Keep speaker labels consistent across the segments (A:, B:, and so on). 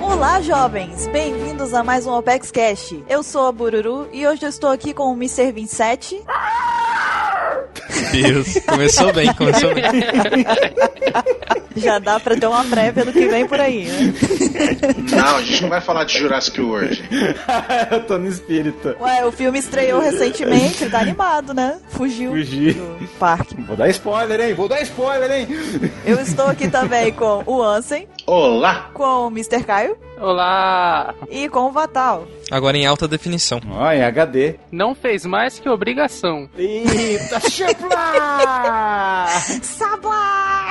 A: Olá, jovens! Bem-vindos a mais um Opex Cash. Eu sou a Bururu e hoje eu estou aqui com o Mr. 27.
B: Deus, começou bem, começou bem.
A: Já dá pra ter uma prévia do que vem por aí, né?
C: Não, a gente não vai falar de Jurassic World.
D: eu tô no espírito.
A: Ué, o filme estreou recentemente, tá animado, né? Fugiu
D: Fugi.
A: do parque.
D: Vou dar spoiler, hein? Vou dar spoiler, hein?
A: Eu estou aqui também com o Ansem,
C: Olá!
A: com o Mr. Caio
E: Olá!
A: e com o Vatal.
B: Agora em alta definição.
D: Olha, HD.
E: Não fez mais que obrigação.
D: Eita, chupla!
A: Sabá!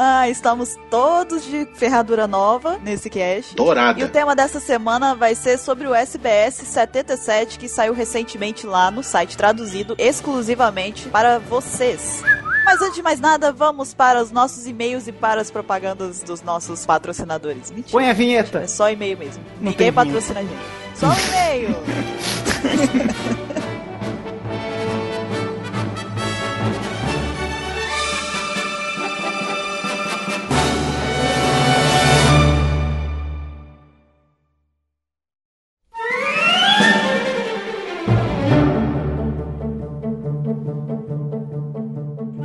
A: Ah, estamos todos de ferradura nova nesse cast. E o
C: Dourada.
A: tema dessa semana vai ser sobre o SBS 77 que saiu recentemente lá no site traduzido exclusivamente para vocês. Mas antes de mais nada, vamos para os nossos e-mails e para as propagandas dos nossos patrocinadores. Mentira.
D: Põe a vinheta.
A: É só e-mail mesmo.
D: Não
A: Ninguém
D: tem
A: patrocina a gente. Só um e-mail.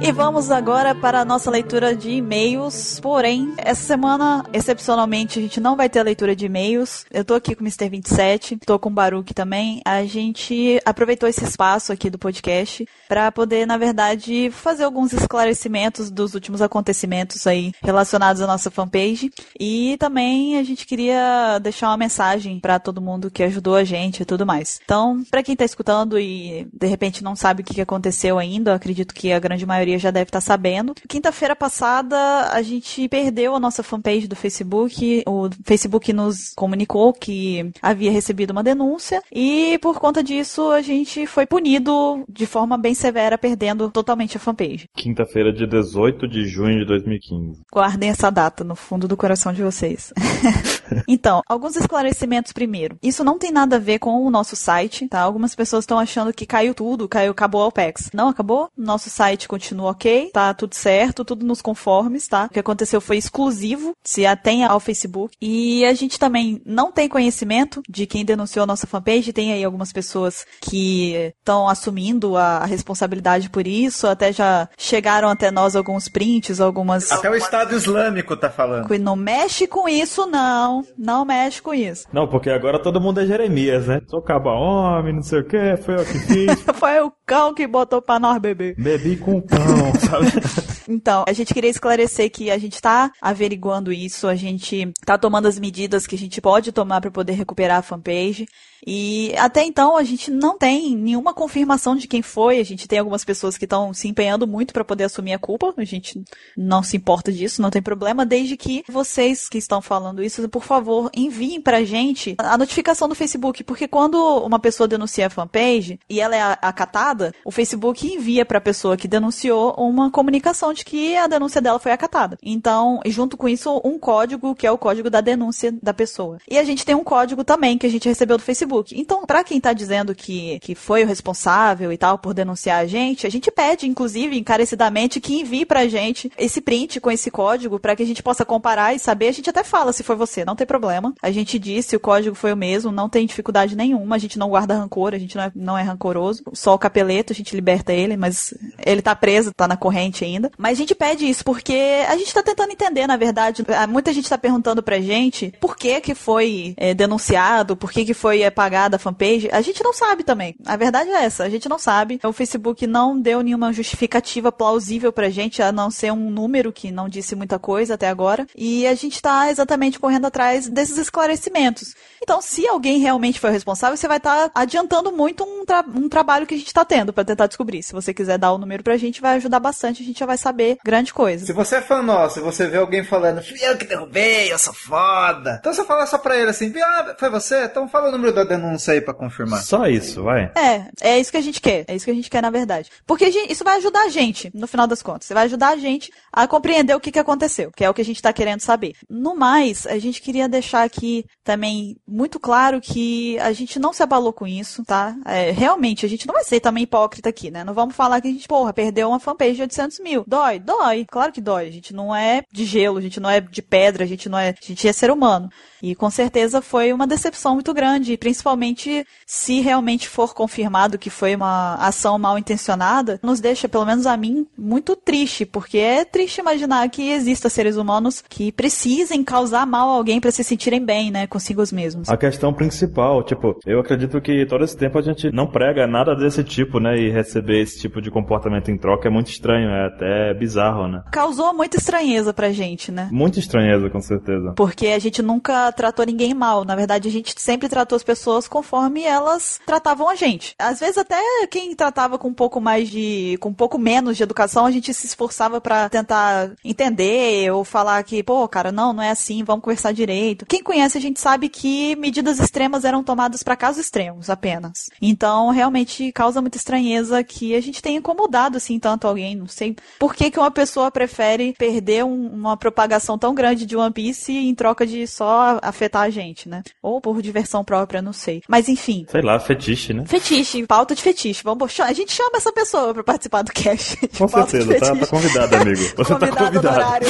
A: E vamos agora para a nossa leitura de e-mails. Porém, essa semana, excepcionalmente, a gente não vai ter a leitura de e-mails. Eu tô aqui com o Mr. 27, tô com o Baruque também. A gente aproveitou esse espaço aqui do podcast para poder, na verdade, fazer alguns esclarecimentos dos últimos acontecimentos aí relacionados à nossa fanpage. E também a gente queria deixar uma mensagem para todo mundo que ajudou a gente e tudo mais. Então, para quem tá escutando e de repente não sabe o que que aconteceu ainda, eu acredito que a grande maioria já deve estar sabendo. Quinta-feira passada a gente perdeu a nossa fanpage do Facebook. O Facebook nos comunicou que havia recebido uma denúncia e por conta disso a gente foi punido de forma bem severa, perdendo totalmente a fanpage.
F: Quinta-feira de 18 de junho de 2015.
A: Guardem essa data no fundo do coração de vocês. então, alguns esclarecimentos primeiro. Isso não tem nada a ver com o nosso site, tá? Algumas pessoas estão achando que caiu tudo, caiu, acabou a OPEX. Não acabou? Nosso site continua ok, tá tudo certo, tudo nos conformes, tá? O que aconteceu foi exclusivo, se atém ao Facebook. E a gente também não tem conhecimento de quem denunciou a nossa fanpage. Tem aí algumas pessoas que estão assumindo a responsabilidade por isso, até já chegaram até nós alguns prints, algumas
D: Até o Estado Islâmico tá falando.
A: e não mexe com isso, não. Não mexe com isso.
F: Não, porque agora todo mundo é Jeremias, né? Sou caba homem, não sei o que, foi eu que fiz.
A: Foi o cão que botou pra nós beber.
F: Bebi com pão, sabe?
A: Então, a gente queria esclarecer que a gente tá averiguando isso, a gente tá tomando as medidas que a gente pode tomar pra poder recuperar a fanpage. E até então a gente não tem nenhuma confirmação de quem foi. A gente tem algumas pessoas que estão se empenhando muito pra poder assumir a culpa. A gente não se importa disso, não tem problema, desde que vocês que estão falando isso, por favor, enviem pra gente a notificação do Facebook, porque quando uma pessoa denuncia a fanpage e ela é a- acatada, o Facebook envia pra pessoa que denunciou uma comunicação de que a denúncia dela foi acatada. Então, junto com isso, um código que é o código da denúncia da pessoa. E a gente tem um código também que a gente recebeu do Facebook. Então, pra quem tá dizendo que, que foi o responsável e tal por denunciar a gente, a gente pede, inclusive, encarecidamente, que envie pra gente esse print com esse código pra que a gente possa comparar e saber. A gente até fala se foi você, não tem problema. A gente disse, o código foi o mesmo, não tem dificuldade nenhuma, a gente não guarda rancor, a gente não é, não é rancoroso. Só o capeleto, a gente liberta ele, mas ele tá preso, tá na corrente ainda. Mas a gente pede isso porque a gente tá tentando entender, na verdade. Ah, Muita gente tá perguntando pra gente por que que foi eh, denunciado, por que que foi eh, pagada a fanpage. A gente não sabe também. A verdade é essa, a gente não sabe. O Facebook não deu nenhuma justificativa plausível pra gente, a não ser um número que não disse muita coisa até agora. E a gente tá exatamente correndo atrás desses esclarecimentos. Então, se alguém realmente foi o responsável, você vai estar adiantando muito um, tra- um trabalho que a gente tá tendo pra tentar descobrir. Se você quiser dar o número pra gente, vai ajudar bastante, a gente já vai saber grande coisa.
D: Se você é fã nosso, e você vê alguém falando, fui eu que derrubei, eu sou foda. Então você fala só pra ele assim, ah, foi você? Então fala o número da denúncia aí pra confirmar.
F: Só isso, vai.
A: É, é isso que a gente quer. É isso que a gente quer, na verdade. Porque a gente- isso vai ajudar a gente, no final das contas. Você vai ajudar a gente a compreender o que, que aconteceu, que é o que a gente tá querendo saber. No mais, a gente queria deixar aqui também muito claro que a gente não se abalou com isso, tá? É, realmente, a gente não vai ser também hipócrita aqui, né? Não vamos falar que a gente, porra, perdeu uma fanpage de 800 mil. dói? Dói. Claro que dói. A gente não é de gelo, a gente não é de pedra, a gente não é. A gente é ser humano. E com certeza foi uma decepção muito grande, principalmente se realmente for confirmado que foi uma ação mal intencionada, nos deixa, pelo menos a mim, muito triste, porque é triste imaginar que exista seres humanos que precisem causar mal a alguém para se sentirem bem, né, consigo os mesmos.
F: A questão principal, tipo, eu acredito que todo esse tempo a gente não prega nada desse tipo, né? E receber esse tipo de comportamento em troca é muito estranho, é até bizarro, né?
A: Causou muita estranheza pra gente, né?
F: Muito estranheza, com certeza.
A: Porque a gente nunca tratou ninguém mal. Na verdade, a gente sempre tratou as pessoas conforme elas tratavam a gente. Às vezes até quem tratava com um pouco mais de, com um pouco menos de educação, a gente se esforçava pra tentar entender ou falar que, pô, cara, não, não é assim, vamos conversar direito. Quem conhece a gente sabe que medidas extremas eram tomadas pra casos extremos apenas. Então, realmente causa muita estranheza que a gente tenha incomodado assim tanto alguém, não sei. Por que que uma pessoa prefere perder um- uma propagação tão grande de One Piece em troca de só afetar a gente, né? Ou por diversão própria, não sei. Mas enfim,
F: Sei lá, fetiche, né?
A: Fetiche, pauta de fetiche. Vamos, ch- a gente chama essa pessoa pra participar do cast. de
F: Com
A: pauta de
F: certeza, tá, tá
A: fetiche.
F: convidado, amigo. Você
A: Convidado
F: tá convidado.
A: honorário.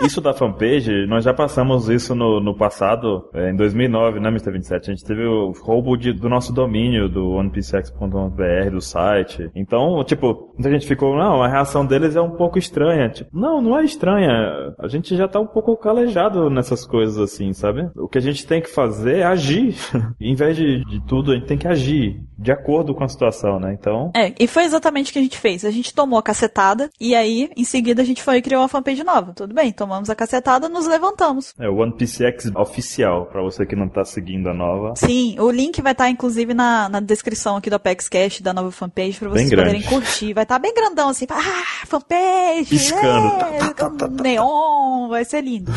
F: Isso da fanpage, nós já passamos isso no, no passado, é, em 2009, né, Mr. 27? A gente teve o roubo de- do nosso domínio, do onepcx.com.br, do site. Então, tipo, muita gente ficou, não, a reação deles é um pouco estranha. Tipo, não, não é estranha. A gente já tá um pouco calejado nessas coisas assim, sabe? O que a gente tem que fazer é agir. em vez de, de tudo, a gente tem que agir de acordo com a situação, né? Então,
A: É, e foi exatamente o que a gente fez. A gente tomou a cacetada e aí, em seguida, a gente foi e criou uma fanpage nova. Tudo bem, tomamos a cacetada, nos levantamos.
F: é o OnePCX oficial, pra você que não tá seguindo a nova.
A: Sim, o link vai estar, inclusive, na, na descrição aqui do Apex Cash, da nova fanpage, pra vocês
F: Bem
A: poderem
F: grande.
A: curtir. Vai estar bem grandão, assim, ah, fanpage,
F: Piscando.
A: é, neon, vai ser lindo.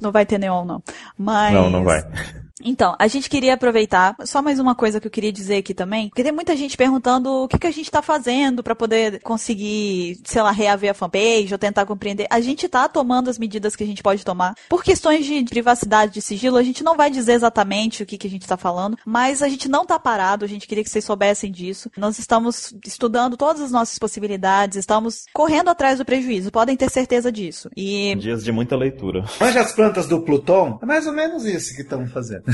A: não vai ter neon, não. Mas...
F: Não, não vai.
A: Então, a gente queria aproveitar, só mais uma coisa que eu queria dizer aqui também, porque tem muita gente perguntando o que, que a gente tá fazendo pra poder conseguir, sei lá, reaver a fanpage ou tentar compreender. A gente tá tomando as medidas que a gente pode tomar. Por questões de privacidade, de sigilo, a gente não vai dizer exatamente o que, que a gente tá falando, mas a gente não tá parado, a gente queria que vocês soubessem disso. Nós estamos estudando todas as nossas possibilidades, estamos correndo atrás do prejuízo, podem ter certeza disso. E
F: Dias de muita leitura.
D: Manja as plantas do Plutão? É mais ou menos isso que estamos fazendo.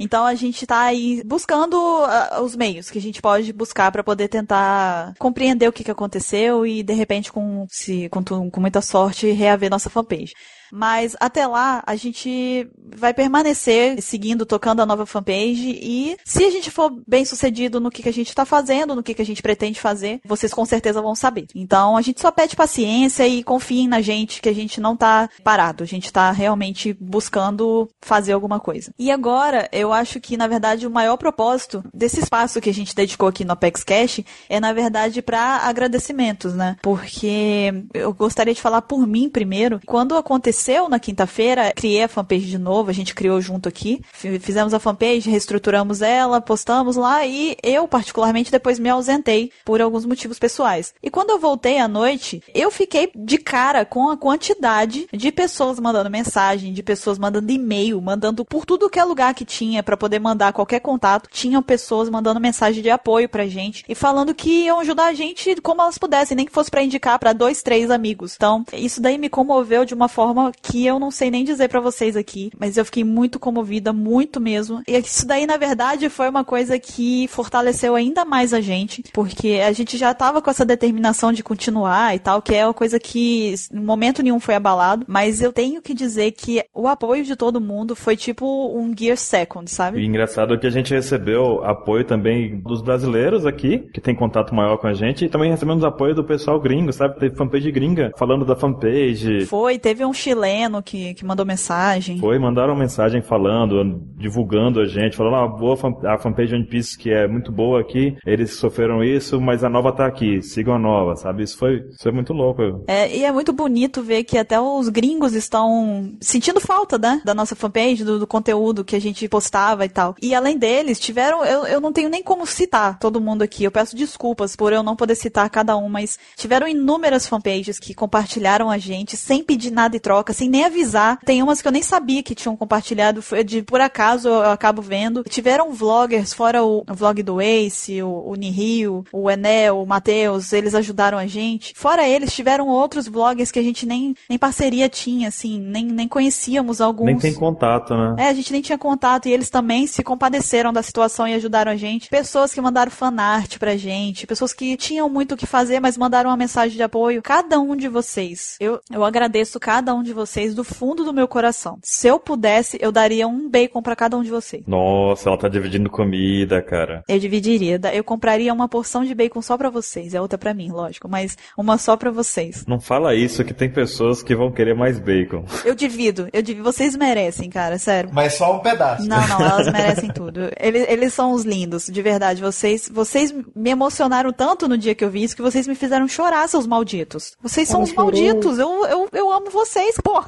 A: Então a gente tá aí buscando ah, os meios que a gente pode buscar pra poder tentar compreender o que, que aconteceu e de repente com se com, tu- com muita sorte reaver nossa fanpage. Mas até lá a gente vai permanecer seguindo, tocando a nova fanpage e se a gente for bem sucedido no que, que a gente tá fazendo, no que, que a gente pretende fazer, vocês com certeza vão saber. Então a gente só pede paciência e confiem na gente que a gente não tá parado, a gente tá realmente buscando fazer alguma coisa. E agora eu acho que na verdade o maior propósito desse espaço que a gente dedicou aqui no Apex Cash é na verdade pra agradecimentos, né? Porque eu gostaria de falar por mim primeiro. Quando aconteceu na quinta-feira, criei a fanpage de novo, a gente criou junto aqui, F- fizemos a fanpage, reestruturamos ela, postamos lá e eu particularmente depois me ausentei por alguns motivos pessoais. E quando eu voltei à noite, eu fiquei de cara com a quantidade de pessoas mandando mensagem, de pessoas mandando e-mail, mandando por tudo que é lugar que tinha pra poder mandar qualquer contato, tinham pessoas mandando mensagem de apoio pra gente e falando que iam ajudar a gente como elas pudessem, nem que fosse pra indicar pra dois, três amigos. Então, isso daí me comoveu de uma forma que eu não sei nem dizer pra vocês aqui, mas eu fiquei muito comovida, muito mesmo. E isso daí, na verdade, foi uma coisa que fortaleceu ainda mais a gente, porque a gente já tava com essa determinação de continuar e tal, que é uma coisa que em momento nenhum foi abalado, mas eu tenho que dizer que o apoio de todo mundo foi tipo um gear second, sabe?
F: E engraçado é que a gente recebeu apoio também dos brasileiros aqui, que tem contato maior com a gente, e também recebemos apoio do pessoal gringo, sabe? Teve fanpage gringa falando da fanpage.
A: Foi, teve um chileno que, que mandou mensagem.
F: Foi, mandaram mensagem falando, divulgando a gente, falando, ah, boa fan- a fanpage One Piece que é muito boa aqui, eles sofreram isso, mas a nova tá aqui, sigam a nova, sabe? Isso foi, isso foi muito louco.
A: É, e é muito bonito ver que até os gringos estão sentindo falta, né? Da nossa fanpage, do, do conteúdo que a gente postava e tal. E além deles, tiveram. Eu, eu não tenho nem como citar todo mundo aqui. Eu peço desculpas por eu não poder citar cada um, mas tiveram inúmeras fanpages que compartilharam a gente sem pedir nada em troca troca, sem nem avisar. Tem umas que eu nem sabia que tinham compartilhado, foi de por acaso eu acabo vendo. Tiveram vloggers, fora o vlog do Ace, o, o Nihil, o Enel, o Matheus, eles ajudaram a gente. Fora eles, tiveram outros vloggers que a gente nem, nem parceria tinha, assim, nem, nem conhecíamos alguns.
F: Nem tem contato, né?
A: É, a gente nem tinha contato e eles também se compadeceram da situação e ajudaram a gente. Pessoas que mandaram fanart pra gente, pessoas que tinham muito o que fazer, mas mandaram uma mensagem de apoio. Cada um de vocês, eu, eu agradeço cada um de vocês do fundo do meu coração. Se eu pudesse, eu daria um bacon pra cada um de vocês.
F: Nossa, ela tá dividindo comida, cara.
A: Eu dividiria, da- eu compraria uma porção de bacon só pra vocês, é outra pra mim, lógico, mas uma só pra vocês.
F: Não fala isso que tem pessoas que vão querer mais bacon.
A: Eu divido, eu divido, vocês merecem, cara, sério.
G: Mas só um pedaço.
A: Não, não, elas merecem tudo. Eles, eles são os lindos, de verdade. Vocês, vocês me emocionaram tanto no dia que eu vi isso que vocês me fizeram chorar, seus malditos. Vocês são
F: Ela
A: os
F: chorou.
A: malditos. Eu, eu, eu amo vocês, pô.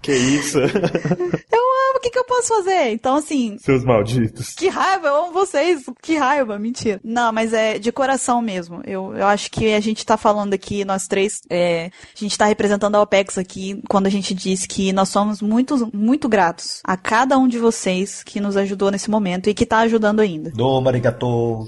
F: Que isso?
A: O que, que eu posso fazer? Então, assim,
F: Seus malditos.
A: Que raiva, eu amo vocês. Que raiva, mentira. Não, mas é de coração mesmo. Eu, eu acho que a gente tá falando aqui, nós três, é, a gente tá representando a OPEX aqui quando a gente diz que nós somos muito, muito gratos a cada um de vocês que nos ajudou nesse momento e que tá ajudando ainda.
G: Do marigatô.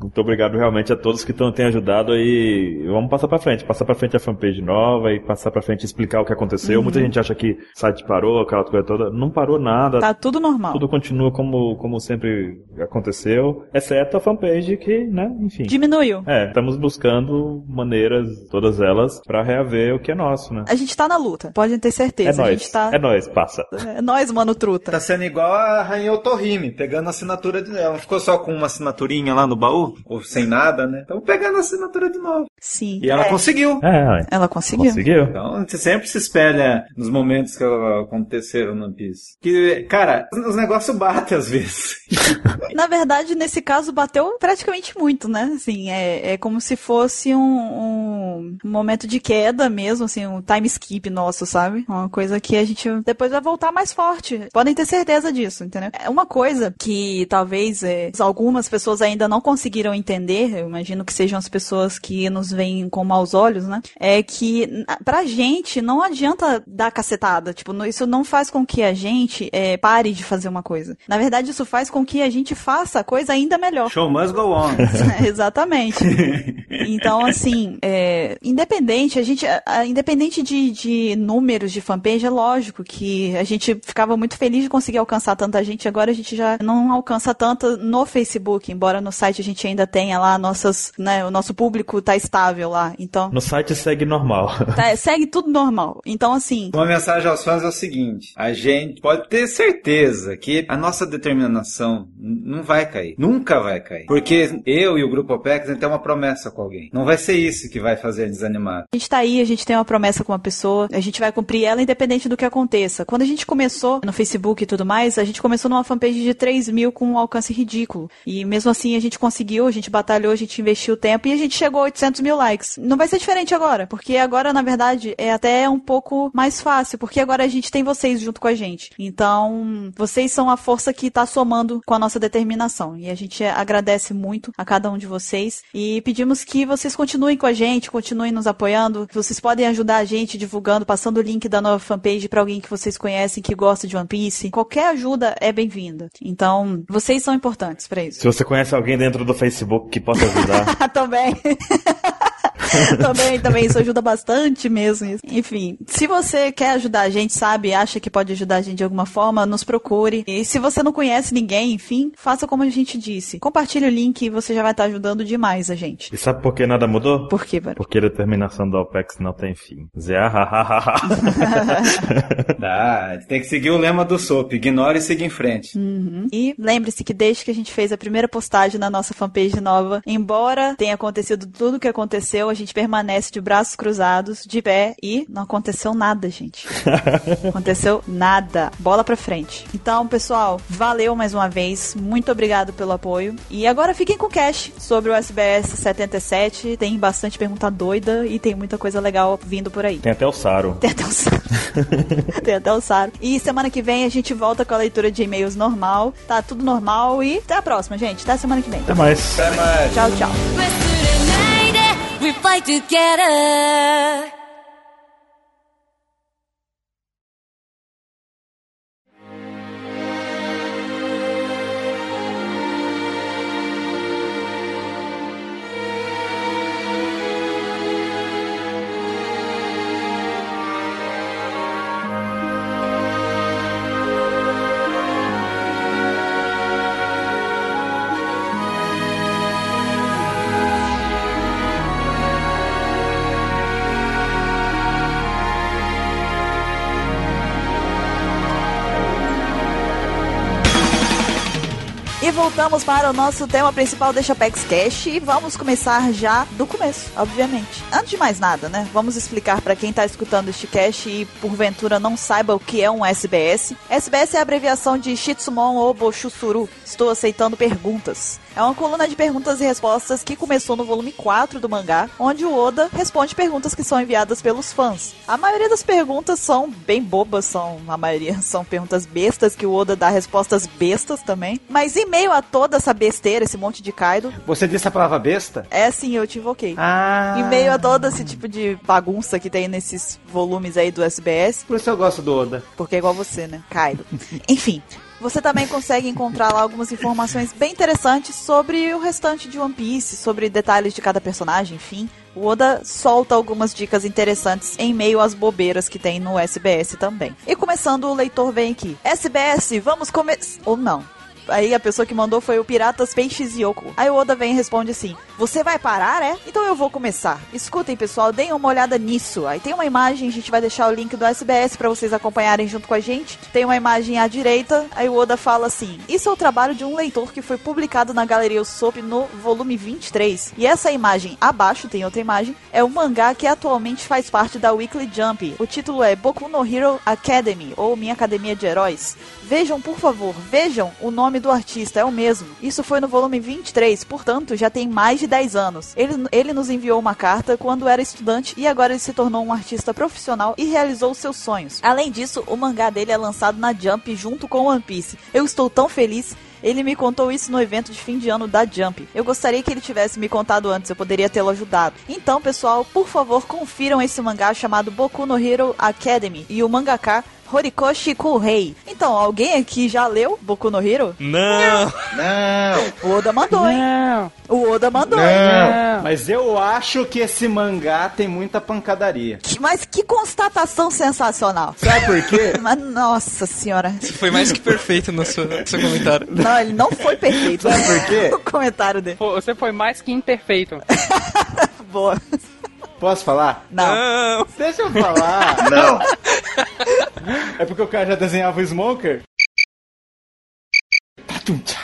F: Muito obrigado realmente a todos que tão- têm ajudado aí. Vamos passar pra frente. Passar pra frente a fanpage nova e passar pra frente explicar o que aconteceu. Muita
A: Uhum.
F: gente acha que o site parou, aquela coisa toda. Não parou nada.
A: Tá tudo normal.
F: Tudo continua como, como sempre aconteceu, exceto a fanpage que, né, enfim.
A: Diminuiu.
F: É, estamos buscando maneiras, todas elas, pra reaver o que é nosso, né?
A: A gente tá na luta, podem ter
F: É
A: certeza. a
F: nóis,
A: gente tá.
F: é nóis, passa.
A: É nós, mano, truta.
D: Tá sendo igual a Rainha Otorrime, pegando a assinatura de Ela não ficou só com uma assinaturinha lá no baú, ou sem nada, né? Então pegando a assinatura de novo.
A: Sim.
D: E ela conseguiu.
A: Então,
F: É, é.
A: Ela conseguiu.
F: conseguiu.
D: Então, você sempre se espelha nos momentos que aconteceram no Piece. Que, cara, os negócios batem às vezes.
A: Na verdade, nesse caso, bateu praticamente muito, né? Assim, é, é como se fosse um, um momento de queda mesmo, assim, um time skip nosso, sabe? Uma coisa que a gente depois vai voltar mais forte. Podem ter certeza disso, entendeu? É uma coisa que talvez é, algumas pessoas ainda não conseguiram entender, eu imagino que sejam as pessoas que nos veem com maus olhos, né? É que na- pra gente não adianta dar cacetada. Tipo, no- isso não faz com que a gente é, pare de fazer uma coisa. Na verdade, isso faz com que a gente faça a coisa ainda melhor.
D: Show must go on.
A: Exatamente. Então, assim, é, independente, a gente, a- a- independente de, de números de fanpage, é lógico que a gente ficava muito feliz de conseguir alcançar tanta gente, agora a gente já não alcança tanto no Facebook, embora no site a gente ainda tenha lá nossas, né, o nosso público tá estável lá, então...
F: No site segue normal.
A: tá- segue tudo normal. Então, assim,
D: Uma mensagem aos fãs é o seguinte: a gente pode ter certeza que a nossa determinação n- não vai cair. Nunca vai cair. Porque eu e o Grupo OPEX a gente tem uma promessa com alguém. Não vai ser isso que vai fazer desanimar.
A: A gente tá aí, a gente tem uma promessa com uma pessoa, a gente vai cumprir ela independente do que aconteça. Quando a gente começou no Facebook e tudo mais, a gente começou numa fanpage de 3 mil com um alcance ridículo. E mesmo assim a gente conseguiu, a gente batalhou, a gente investiu tempo e a gente chegou a 800 mil likes. Não vai ser diferente agora, porque agora, na verdade, é até um pouco mais fácil, porque agora a gente tem vocês junto com a gente. Então, vocês são a força que tá somando com a nossa determinação. E a gente é, agradece muito a cada um de vocês e pedimos que vocês continuem com a gente, continuem nos apoiando. Vocês podem ajudar a gente divulgando, passando o link da nova fanpage pra alguém que vocês conhecem que gosta de One Piece. Qualquer ajuda é bem-vinda. Então, vocês são importantes pra isso.
F: Se você conhece alguém dentro do Facebook que possa ajudar,
A: também. também, também, isso ajuda bastante mesmo. isso. Enfim, se você quer ajudar a gente, sabe, acha que pode ajudar a gente de alguma forma, nos procure. E se você não conhece ninguém, enfim, faça como a gente disse. Compartilhe o link e você já vai estar ajudando demais a gente.
F: e sabe por que nada mudou?
A: Por quê, Baru?
F: Porque a determinação da OPEX não tem fim. Zé, ah, ah, ah, ah.
D: Tá, tem que seguir o lema do SOP: ignora e siga em frente.
H: Hum.
A: Uhum. E lembre-se que desde que a gente fez a primeira postagem na nossa fanpage nova, embora tenha acontecido tudo o que aconteceu, a gente permanece de braços cruzados, de pé e não aconteceu nada, gente. aconteceu nada. Bola pra frente. Então, pessoal, valeu mais uma vez. Muito obrigado pelo apoio. E agora fiquem com o cash sobre o SBS 77. Tem bastante pergunta doida e tem muita coisa legal vindo por aí.
F: Tem até o Saro.
A: Tem até o Saro. Tem até o Saro. E semana que vem a gente volta com a leitura de e-mails normal. Tá tudo normal e até a próxima, gente. Até semana que vem.
F: Até mais.
D: Até mais.
A: Tchau, tchau.
H: Let's do tonight. We fight together.
A: E voltamos para o nosso tema principal deste Apex Cash e vamos começar já do começo, obviamente. Antes de mais nada, né? Vamos explicar para quem está escutando este cast e porventura não saiba o que é um SBS. SBS é a abreviação de Shitsumon Obo Shusuru. Estou aceitando perguntas. É uma coluna de perguntas e respostas que começou no volume 4 do mangá, onde o Oda responde perguntas que são enviadas pelos fãs. A maioria das perguntas são bem bobas, são a maioria são perguntas bestas que o Oda dá respostas bestas também. Mas em meio a toda essa besteira, esse monte de Kaido,
H: Você disse a palavra besta?
A: é sim, eu te invoquei.
H: Ah.
A: Em meio a todo esse tipo de bagunça que tem nesses volumes aí do SBS,
H: Por isso eu gosto do Oda.
A: porque é igual você, né? Kaido. Enfim. Você também consegue encontrar lá algumas informações bem interessantes sobre o restante de One Piece, sobre detalhes de cada personagem, enfim. O Oda solta algumas dicas interessantes em meio às bobeiras que tem no SBS também. E começando, o leitor vem aqui. SBS, vamos começar. Ou não. Aí a pessoa que mandou foi o Piratas Peixes Yoko. Aí o Oda vem e responde assim: Você vai parar, é? Então eu vou começar. Escutem, pessoal, deem uma olhada nisso. Aí tem uma imagem, a gente vai deixar o link do SBS pra vocês acompanharem junto com a gente. Tem uma imagem à direita. Aí o Oda fala assim: Isso é o trabalho de um leitor que foi publicado na Galeria Usopp no volume 23. E essa imagem abaixo, tem outra imagem, é um mangá que atualmente faz parte da Weekly Jump. O título é Boku no Hero Academy, ou Minha Academia de Heróis. Vejam, por favor, vejam, o nome do artista é o mesmo. Isso foi no volume 23, portanto, já tem mais de 10 anos. Ele, ele nos enviou uma carta quando era estudante e agora ele se tornou um artista profissional e realizou seus sonhos. Além disso, o mangá dele é lançado na Jump junto com One Piece. Eu estou tão feliz. Ele me contou isso no evento de fim de ano da Jump. Eu gostaria que ele tivesse me contado antes, eu poderia tê-lo ajudado. Então, pessoal, por favor, confiram esse mangá chamado Boku no Hero Academy e o mangaka Horikoshi Kuhei. Então, alguém aqui já leu Boku no Hero?
B: Não!
C: Não,
A: O Oda mandou, hein?
E: Não,
A: O Oda mandou, hein?
C: não.
E: não.
H: Mas eu acho que esse mangá tem muita pancadaria.
A: Que- Mas que constatação sensacional.
H: Sabe por quê?
A: Mas, nossa senhora.
B: Foi mais que perfeito no seu, no seu comentário.
A: Não, ele não foi perfeito.
H: Sabe por quê?
A: o comentário dele.
E: Pô, Você foi mais que imperfeito.
A: Boa.
H: Posso falar?
A: Não.
B: Não!
H: Deixa eu falar.
C: Não,
H: é porque o cara já desenhava o Smoker? Patum, tchá.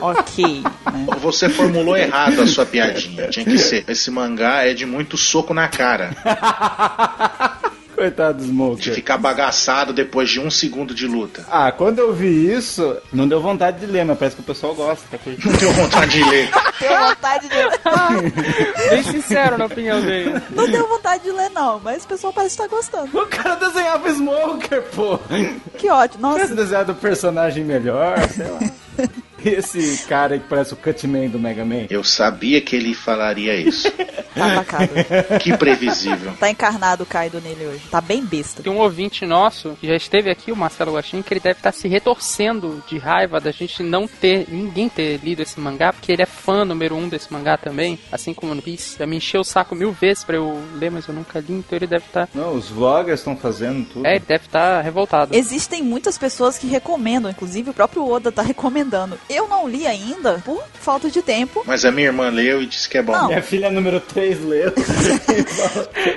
A: ok. né?
C: você formulou errado a sua piadinha. Tinha que ser. Esse mangá é de muito soco na cara.
H: Coitado do
C: De
H: Smoker.
C: ficar bagaçado depois de um segundo de luta.
H: Ah, quando eu vi isso, não deu vontade de ler, mas parece que o pessoal gosta. Tá curtindo.
C: Não deu vontade de ler.
A: Tenho vontade de ler.
E: Bem sincero na opinião dele.
A: Não tenho vontade de ler, não. Mas o pessoal parece estar gostando.
H: O cara desenhava Smoker, pô!
A: Que ótimo.
H: Esse
A: Nossa.
H: desenho do personagem melhor, sei lá. E esse cara que parece o Cutman do Mega Man?
C: Eu sabia que ele falaria isso.
A: Tá atacado.
C: Que previsível.
A: Tá encarnado o Kaido nele hoje. Tá bem besta.
E: Tem um ouvinte nosso que já esteve aqui, o Marcelo Guaxin, que ele deve estar se retorcendo de raiva da gente não ter, ninguém ter lido esse mangá, porque ele é fã número um desse mangá também, assim como o One Piece. Já me encheu o saco mil vezes pra eu ler, mas eu nunca li, então ele deve estar.
H: Não, os vloggers estão fazendo tudo.
E: É, ele deve estar revoltado.
A: Existem muitas pessoas que recomendam, inclusive o próprio Oda tá recomendando. Eu não li ainda por falta de tempo.
C: Mas a minha irmã leu e disse que é bom.
A: Não.
H: Minha filha número 3 leu.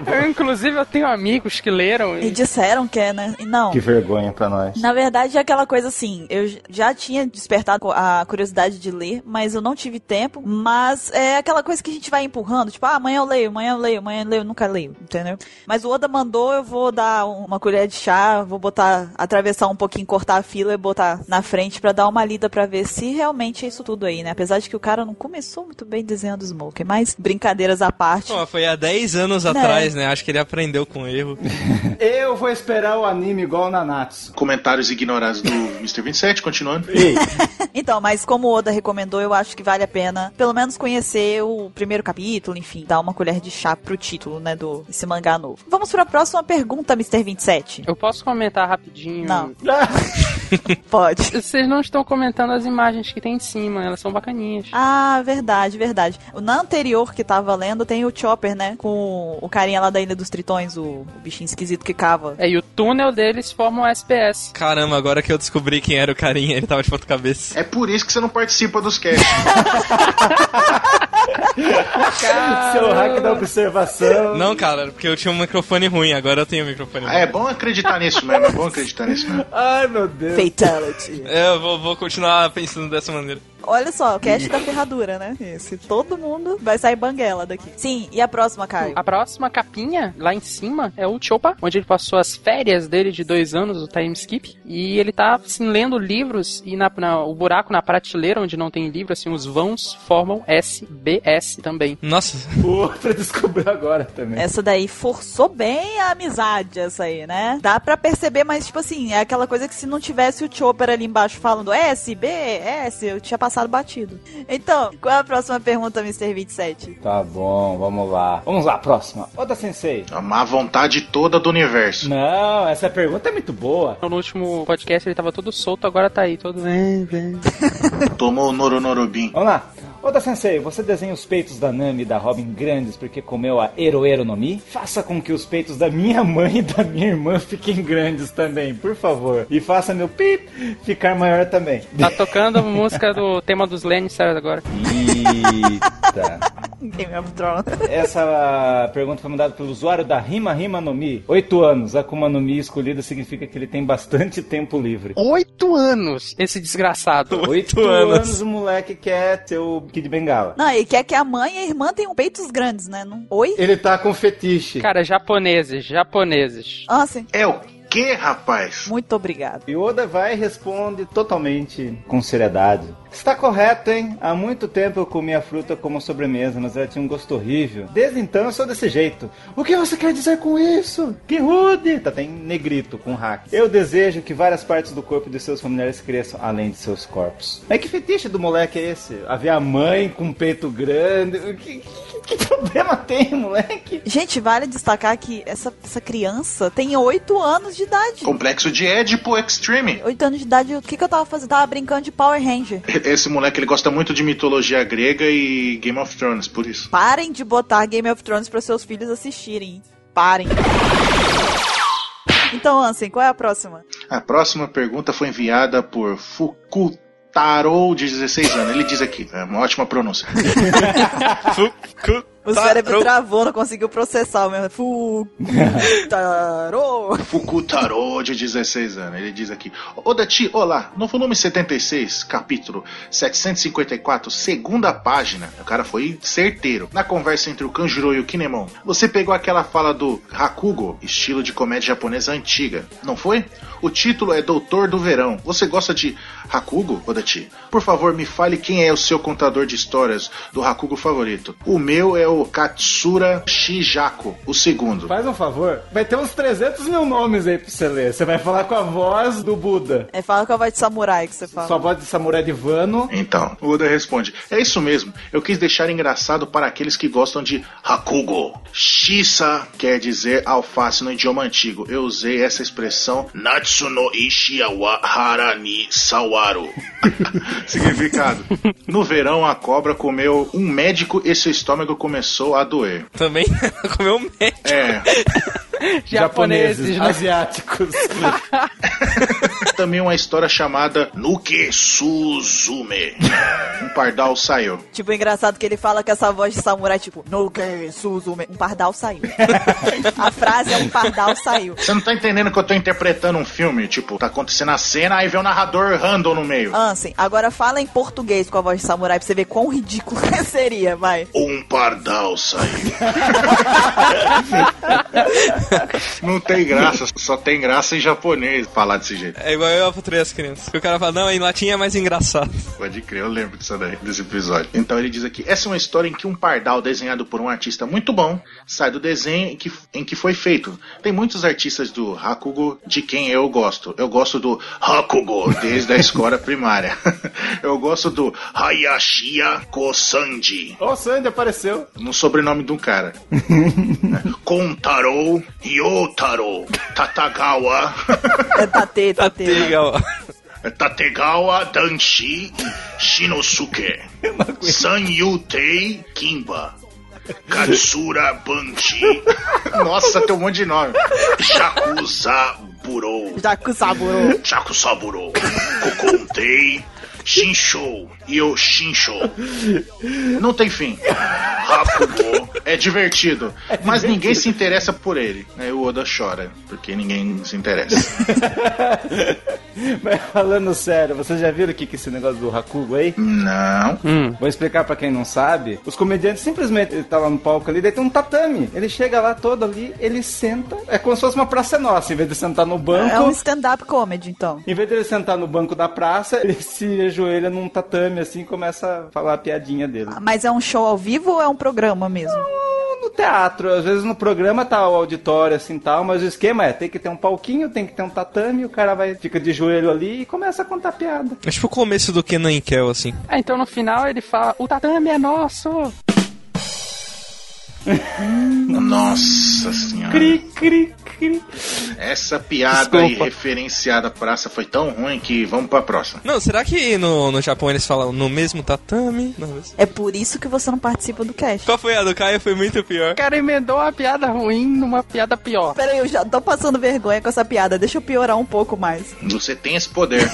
E: Eu, inclusive, eu tenho amigos que leram
A: E
E: e
A: disseram que é, né? E Não.
H: que vergonha pra nós.
A: Na verdade, é aquela coisa assim, eu j- já tinha despertado a curiosidade de ler, mas eu não tive tempo. Mas é aquela coisa que a gente vai empurrando, tipo, ah, amanhã eu leio, amanhã eu leio, amanhã eu leio, nunca leio, entendeu? Mas o Oda mandou, eu vou dar um- uma colher de chá, vou botar, atravessar um pouquinho, cortar a fila e botar na frente pra dar uma lida pra ver se realmente é isso tudo aí, né? Apesar de que o cara não começou muito bem desenhando Smoker, mas brincadeiras à parte.
B: Pô, foi há 10 anos atrás, né? Acho que ele aprendeu com o erro.
H: Eu vou esperar o anime igual o Nanatsu.
C: Comentários ignorados do Mr. 27, continuando.
A: Então, mas como o Oda recomendou, eu acho que vale a pena pelo menos conhecer o primeiro capítulo, enfim, dar uma colher de chá pro título, né, do esse mangá novo. Vamos pra próxima pergunta, Mr. 27.
E: Eu posso comentar rapidinho?
A: Não. Pode.
E: Vocês não estão comentando as imagens que tem em cima, elas são bacaninhas.
A: Ah, verdade, verdade. Na anterior que tava lendo tem o Chopper, né? Com o carinha lá da Ilha dos Tritões, o, o bichinho esquisito que cava.
E: É, e o túnel deles forma um SPS.
B: Caramba, agora que eu descobri quem era o carinha, ele tava de ponta cabeça.
C: É por isso que você não participa dos casts.
H: Seu hack da observação.
B: Não, cara, porque eu tinha um microfone ruim, agora eu tenho um microfone ruim.
C: Ah, é bom acreditar nisso mesmo, é bom acreditar nisso mesmo.
H: Ai, meu Deus.
A: Fatality.
B: É, eu vou, vou continuar pensando dessa maneira.
A: Olha só, o cast da ferradura, né? Esse. Todo mundo vai sair banguela daqui. Sim, e a próxima, Caio?
E: A próxima capinha, lá em cima, é o Chopa, onde ele passou as férias dele de dois anos, o time skip. E ele tá, assim, lendo livros e na, na- o buraco na prateleira, onde não tem livro, assim, os vãos formam SBS também.
B: Nossa,
H: Outra descobriu agora também.
A: Essa daí forçou bem a amizade, essa aí, né? Dá pra perceber, mas, tipo assim, é aquela coisa que se não tivesse o Chopper ali embaixo falando "É, S, B, S, eu tinha passado batido. Então, qual é a próxima pergunta, Mr. 27?
H: Tá bom, vamos lá. Vamos lá, próxima. Oda Sensei.
C: A É má vontade toda do universo.
H: Não, essa pergunta é muito boa.
E: No último podcast ele tava todo solto, agora tá aí, todo.
C: Tomou o Noro Norobin.
H: Vamos lá. Oda Sensei, você desenha os peitos da Nami e da Robin grandes porque comeu a Eroero no Mi? Faça com que os peitos da minha mãe e da minha irmã fiquem grandes também, por favor. E faça meu pip ficar maior também.
E: Tá tocando a música do tema dos Lannister agora.
H: Eita.
A: Game of Thrones.
H: Essa pergunta foi mandada pelo usuário da Rima Rima no Mi. Oito anos. Akuma no Mi escolhida significa que ele tem bastante tempo livre.
E: Oito anos, esse desgraçado.
H: Oito
B: anos.
H: o moleque quer ter o Kid Bengala.
A: Não, e quer que a mãe e a irmã tenham peitos grandes, né? Não... Oi?
H: Ele tá com fetiche.
E: Cara, japoneses, japoneses.
A: Ah, sim.
C: É o que, rapaz?
A: Muito obrigado.
H: E Oda vai e responde totalmente com seriedade. Está correto, hein? Há muito tempo eu comi a fruta como sobremesa, mas ela tinha um gosto horrível. Desde então eu sou desse jeito. O que você quer dizer com isso? Que rude! Tá até em negrito com hack. Eu desejo que várias partes do corpo de seus familiares cresçam além de seus corpos. Mas que fetiche do moleque é esse? Havia a mãe com um peito grande. Que, que- que problema tem, moleque?
A: Gente, vale destacar que essa, essa criança tem 8 anos de idade.
C: Complexo de Edipo Extreme.
A: 8 anos de idade, o que, que eu tava fazendo? Tava brincando de Power Ranger.
C: Esse moleque ele gosta muito de mitologia grega e Game of Thrones, por isso.
A: Parem de botar Game of Thrones para seus filhos assistirem. Parem. Então, Ansem, qual é a próxima?
C: A próxima pergunta foi enviada por Fukutaro, de 16 anos. Ele diz aqui, é uma ótima pronúncia.
A: O
B: Tá,
A: cérebro
B: eu-
A: travou, não conseguiu processar o meu. Fu. Tarô.
C: Fukutaro, de 16 anos. Ele diz aqui, Odachi, olá, no volume 76, capítulo 754, segunda página. O cara foi certeiro. Na conversa entre o Kanjuro e o Kinemon, você pegou aquela fala do Hakugo, estilo de comédia japonesa antiga, não foi? O título é Doutor do Verão. Você gosta de Hakugo, Odachi? Por favor, me fale quem é o seu contador de histórias do Hakugo favorito. O meu é o Katsura Shijako, o segundo.
H: Faz um favor, vai ter uns 300 mil nomes aí pra você ler. Você vai falar com a voz do Buda.
A: É, fala com a voz de samurai que você
E: Tá.
A: fala.
H: Sua voz de samurai de Vano.
C: Então, o Oda responde: É isso mesmo. Eu quis deixar engraçado para aqueles que gostam de Hakugo. Shisa quer dizer alface no idioma antigo. Eu usei essa expressão Natsuno Ishiawa Harani Sawaru. Significado: No verão, a cobra comeu um médico e seu estômago começou a doer.
B: também comeu um médico.
C: É,
E: Japoneses, né?
H: asiáticos.
C: também uma história chamada Nuke Suzume. Um pardal saiu.
A: Tipo, engraçado que ele fala com essa voz de samurai, tipo, no que Suzume. Um pardal saiu. a frase é um pardal saiu.
C: Você não tá entendendo que eu tô interpretando um filme, tipo, tá acontecendo a cena, aí vem o narrador random no meio.
A: Ansem, agora fala em português com a voz de samurai pra você ver quão ridículo seria, vai.
C: Um pardal saiu. não tem graça, só tem graça em japonês falar desse jeito.
B: É igual eu patrulhei as crianças. Que o cara fala, não, em latim é mais engraçado.
C: Pode crer, eu lembro disso daí, desse episódio. Então ele diz aqui: essa é uma história em que um pardal desenhado por um artista muito bom sai do desenho em que, em que foi feito. Tem muitos artistas do Hakugo de quem eu gosto. Eu gosto do Hakugo desde a escola primária. Eu gosto do Hayashiya Kosanji.
H: Ó, o Sandy apareceu.
C: no sobrenome de um cara. Kontaro, Ryotaro, Tatagawa,
A: É tatê,
B: Tá,
A: tatê. né?
B: Legal.
C: Tategawa Danshi, Shinosuke, Sanyutei Kimba, Katsura Banchi. Nossa, tem um monte de nome. Shakuzaburo,
A: Já com sabor.
C: Shakusaburo, Kokontei, Shinshou e o Shinshou. Não tem fim. papo bom. É divertido. Mas ninguém se interessa por ele. Aí o Oda chora, porque ninguém se interessa.
H: Mas falando sério, vocês já viram o que que é esse negócio do Hakugo aí?
C: Não.
E: Hum.
H: Vou explicar pra quem não sabe. Os comediantes simplesmente ele tá lá no palco ali, daí tem um tatame. Ele chega lá todo ali, ele senta. É como se fosse uma praça nossa, em vez de sentar no banco.
A: É um stand-up comedy, então.
H: Em vez de ele sentar no banco da praça, ele se ajoelha num tatame assim e começa a falar a piadinha dele.
A: Ah, Mas é um show ao vivo ou é um programa mesmo?
H: No teatro, às vezes no programa tá o auditório assim tal, mas o esquema é tem que ter um palquinho, tem que ter um tatame, o cara vai fica de joelho ali e começa a contar piada.
B: É tipo o começo do Kenan e Kel, assim.
E: Ah, então no final ele fala: o tatame é nosso!
C: Nossa senhora.
H: Cri, cri, cri.
C: Essa piada aí
H: Desculpa.
C: referenciada à praça foi tão ruim que vamos pra próxima.
B: Não, será que no, no Japão eles falam no mesmo tatame? Não, mas-
A: É por isso que você não participa do cast.
B: Qual foi a do Caio? Foi muito pior.
E: O cara emendou uma piada ruim numa piada pior.
A: Peraí, eu já tô passando vergonha com essa piada. Deixa eu piorar um pouco mais.
C: Você tem esse poder.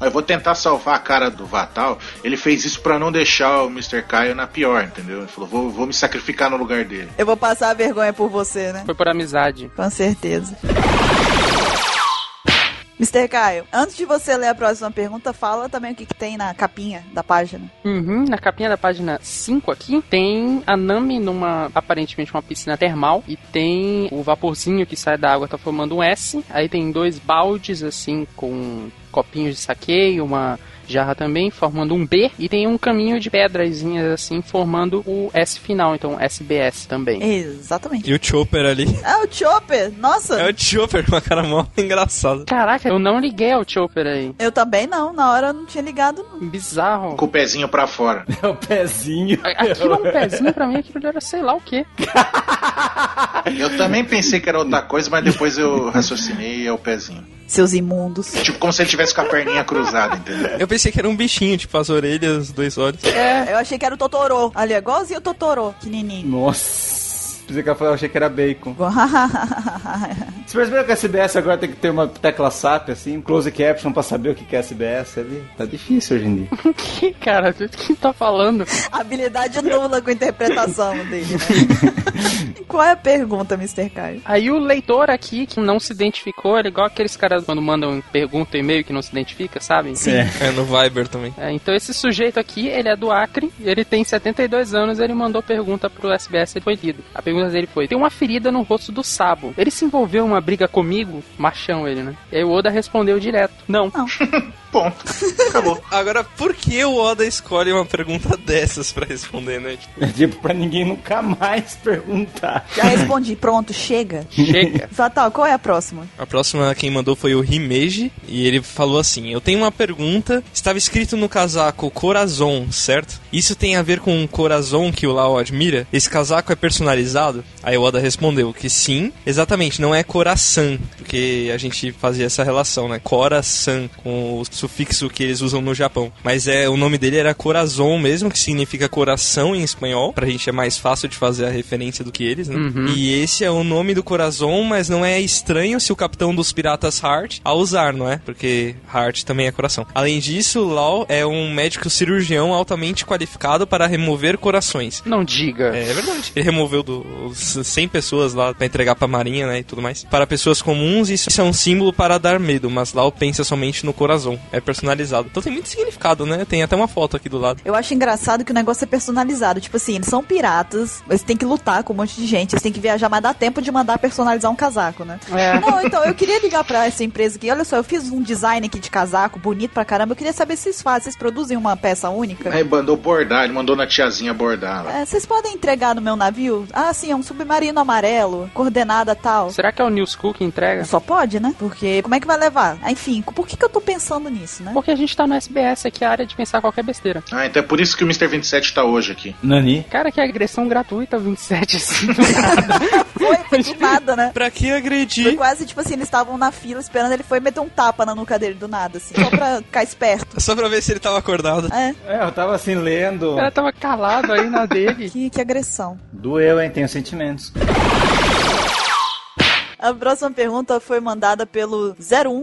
C: Eu vou tentar salvar a cara do Vatal. Ele fez isso pra não deixar o Mr. Caio na pior, entendeu? Ele falou: vou, vou me sacrificar no lugar dele.
A: Eu vou passar a vergonha por você, né?
E: Foi por amizade.
A: Com certeza. Mr. Caio, antes de você ler a próxima pergunta, fala também o que, que tem na capinha da página.
E: Uhum, na capinha da página 5 aqui, tem a Nami numa, aparentemente, uma piscina termal. E tem o vaporzinho que sai da água, tá formando um S. Aí tem dois baldes, assim, com copinhos de saque e uma jarra também, formando um B. E tem um caminho de pedrazinhas, assim, formando o S final. Então, SBS também.
A: Exatamente.
B: E o Chopper ali.
A: Ah, o Chopper! Nossa!
B: É o Chopper, uma cara mó engraçada.
E: Caraca, eu não liguei ao Chopper aí.
A: Eu também não, na hora eu não tinha ligado. não.
E: Bizarro.
C: Com o pezinho pra fora.
H: É o pezinho.
E: A- Aquilo é um pezinho pra mim, aquilo era sei lá o quê.
C: Eu também pensei que era outra coisa, mas depois eu raciocinei e é o pezinho.
A: Seus imundos.
C: Tipo, como se ele tivesse com a perninha cruzada, entendeu?
B: Eu pensei que era um bichinho, tipo as orelhas, os dois olhos.
A: Eu achei que era o Totoro. Ali, é igualzinho o Totoro. Pequenininho.
H: Nossa. Pensei que ela falou, eu achei que era bacon. Você percebeu que a SBS agora tem que ter uma tecla SAP, assim, um close caption pra saber o que que é SBS ali? Tá difícil hoje em dia.
E: Que cara, o que tá falando?
A: Habilidade nula com a interpretação dele, né? Qual é a pergunta, Mr. Caio?
E: Aí o leitor aqui que não se identificou, ele é igual aqueles caras quando mandam pergunta e e-mail que não se identifica, sabe?
A: Sim.
B: É no Viber também.
E: É, então esse sujeito aqui, ele é do Acre, ele tem 72 anos, ele mandou pergunta pro SBS, ele foi lido. A pergunta dele foi: "Tem uma ferida no rosto do Sabo. Ele se envolveu em uma briga comigo?" Machão ele, né? E aí o Oda respondeu direto: "Não".
C: Ponto. Acabou.
B: Agora, por que o Oda escolhe uma pergunta dessas pra responder, né? Tipo,
H: É tipo, pra ninguém nunca mais perguntar.
A: Já respondi. Pronto, chega.
E: Chega.
A: Fatal, qual é a próxima?
B: a próxima quem mandou foi o Himeji, e ele falou assim: Eu tenho uma pergunta. Estava escrito no casaco Corazon, certo? Isso tem a ver com o Corazon que o Lao admira? Esse casaco é personalizado? Aí o Oda respondeu que sim, exatamente, não é Coração, porque a gente fazia essa relação, né? Coração, com o sufixo que eles usam no Japão. Mas é o nome dele era Corazon mesmo, que significa coração em espanhol. Pra gente é mais fácil de fazer a referência do que eles, né? E esse é o nome do Corazon, mas não é estranho se o capitão dos piratas Hart a usar, não é? Porque Hart também é coração. Além disso, Lau é um médico cirurgião altamente qualificado para remover corações.
E: Não diga.
B: É verdade. Ele removeu do, os 100 pessoas lá pra entregar pra marinha, né, e tudo mais. Para pessoas comuns, isso é um símbolo para dar medo, mas Lau pensa somente no coração. É personalizado. Então tem muito significado, né? Tem até uma foto aqui do lado.
A: Eu acho engraçado que o negócio é personalizado. Tipo assim, eles são piratas, eles têm que lutar com um monte de gente, eles têm que viajar, mas dá tempo de mandar personalizar um casaco, né?
E: É.
A: Não, então, eu queria ligar pra essa empresa aqui. Olha só, eu fiz um design aqui de casaco, bonito pra caramba. Eu queria saber se vocês fazem, vocês produzem uma peça única?
C: Aí mandou bordar, ele mandou na tiazinha bordar lá.
A: É, vocês podem entregar no meu navio? Ah, sim, é um submarino amarelo, coordenada tal.
E: Será que é o News Cook que entrega?
A: Só pode, né? Porque como é que vai levar? Ah, Enfim, por que, que eu tô pensando nisso, né?
E: Porque a gente tá no SBS aqui, a área de pensar qualquer besteira.
C: Ah, então é por isso que o Mr. 27 tá hoje aqui.
H: Nani?
E: Cara, que agressão gratuita, 27, assim, do nada.
A: Foi, foi do nada, né?
B: Pra que
A: Foi
B: agredir?
A: quase tipo assim, eles estavam na fila esperando, ele foi meter um tapa na nuca dele do nada, assim, só pra ficar esperto.
B: Só pra ver se ele tava acordado.
A: É,
H: É, eu tava assim lendo.
E: O cara tava calado aí na dele.
A: que, que agressão.
H: Doeu, hein? Tenho sentimentos.
A: A próxima pergunta foi mandada pelo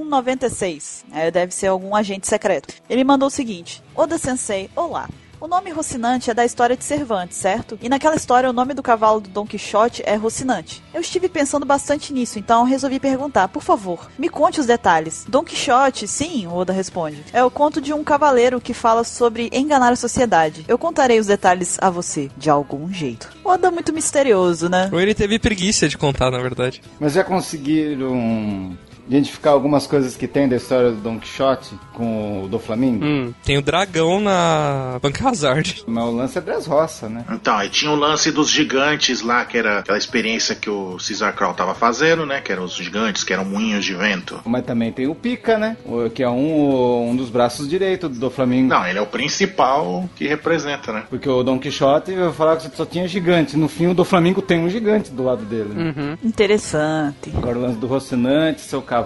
A: 0196. É, deve ser algum agente secreto. Ele mandou o seguinte: Oda Sensei, olá. O nome Rocinante é da história de Cervantes, certo? E naquela história o nome do cavalo do Dom Quixote é Rocinante. Eu estive pensando bastante nisso, então resolvi perguntar. Por favor, me conte os detalhes. Dom Quixote, sim, o Oda responde. É o conto de um cavaleiro que fala sobre enganar a sociedade. Eu contarei os detalhes a você, de algum jeito. Oda muito misterioso, né?
B: Ou ele teve preguiça de contar, na verdade.
H: Mas já conseguiram identificar algumas coisas que tem da história do Don Quixote com o do Flamengo?
E: Hum.
B: Tem o dragão na banca Hazard.
H: Mas o lance é das roças, né?
C: Então, aí tinha o lance dos gigantes lá, que era aquela experiência que o Cesar Crow tava fazendo, né? Que eram os gigantes, que eram moinhos de vento.
H: Mas também tem o Pica, né? O- Que é um, um dos braços direitos do Flamengo.
C: Não, ele é o principal que representa, né?
H: Porque o Don Quixote eu falava que só tinha gigante. No fim, o do Flamengo tem um gigante do lado dele. né?
E: Uhum.
A: Interessante.
H: Agora o lance do Rocinante, seu cavalo.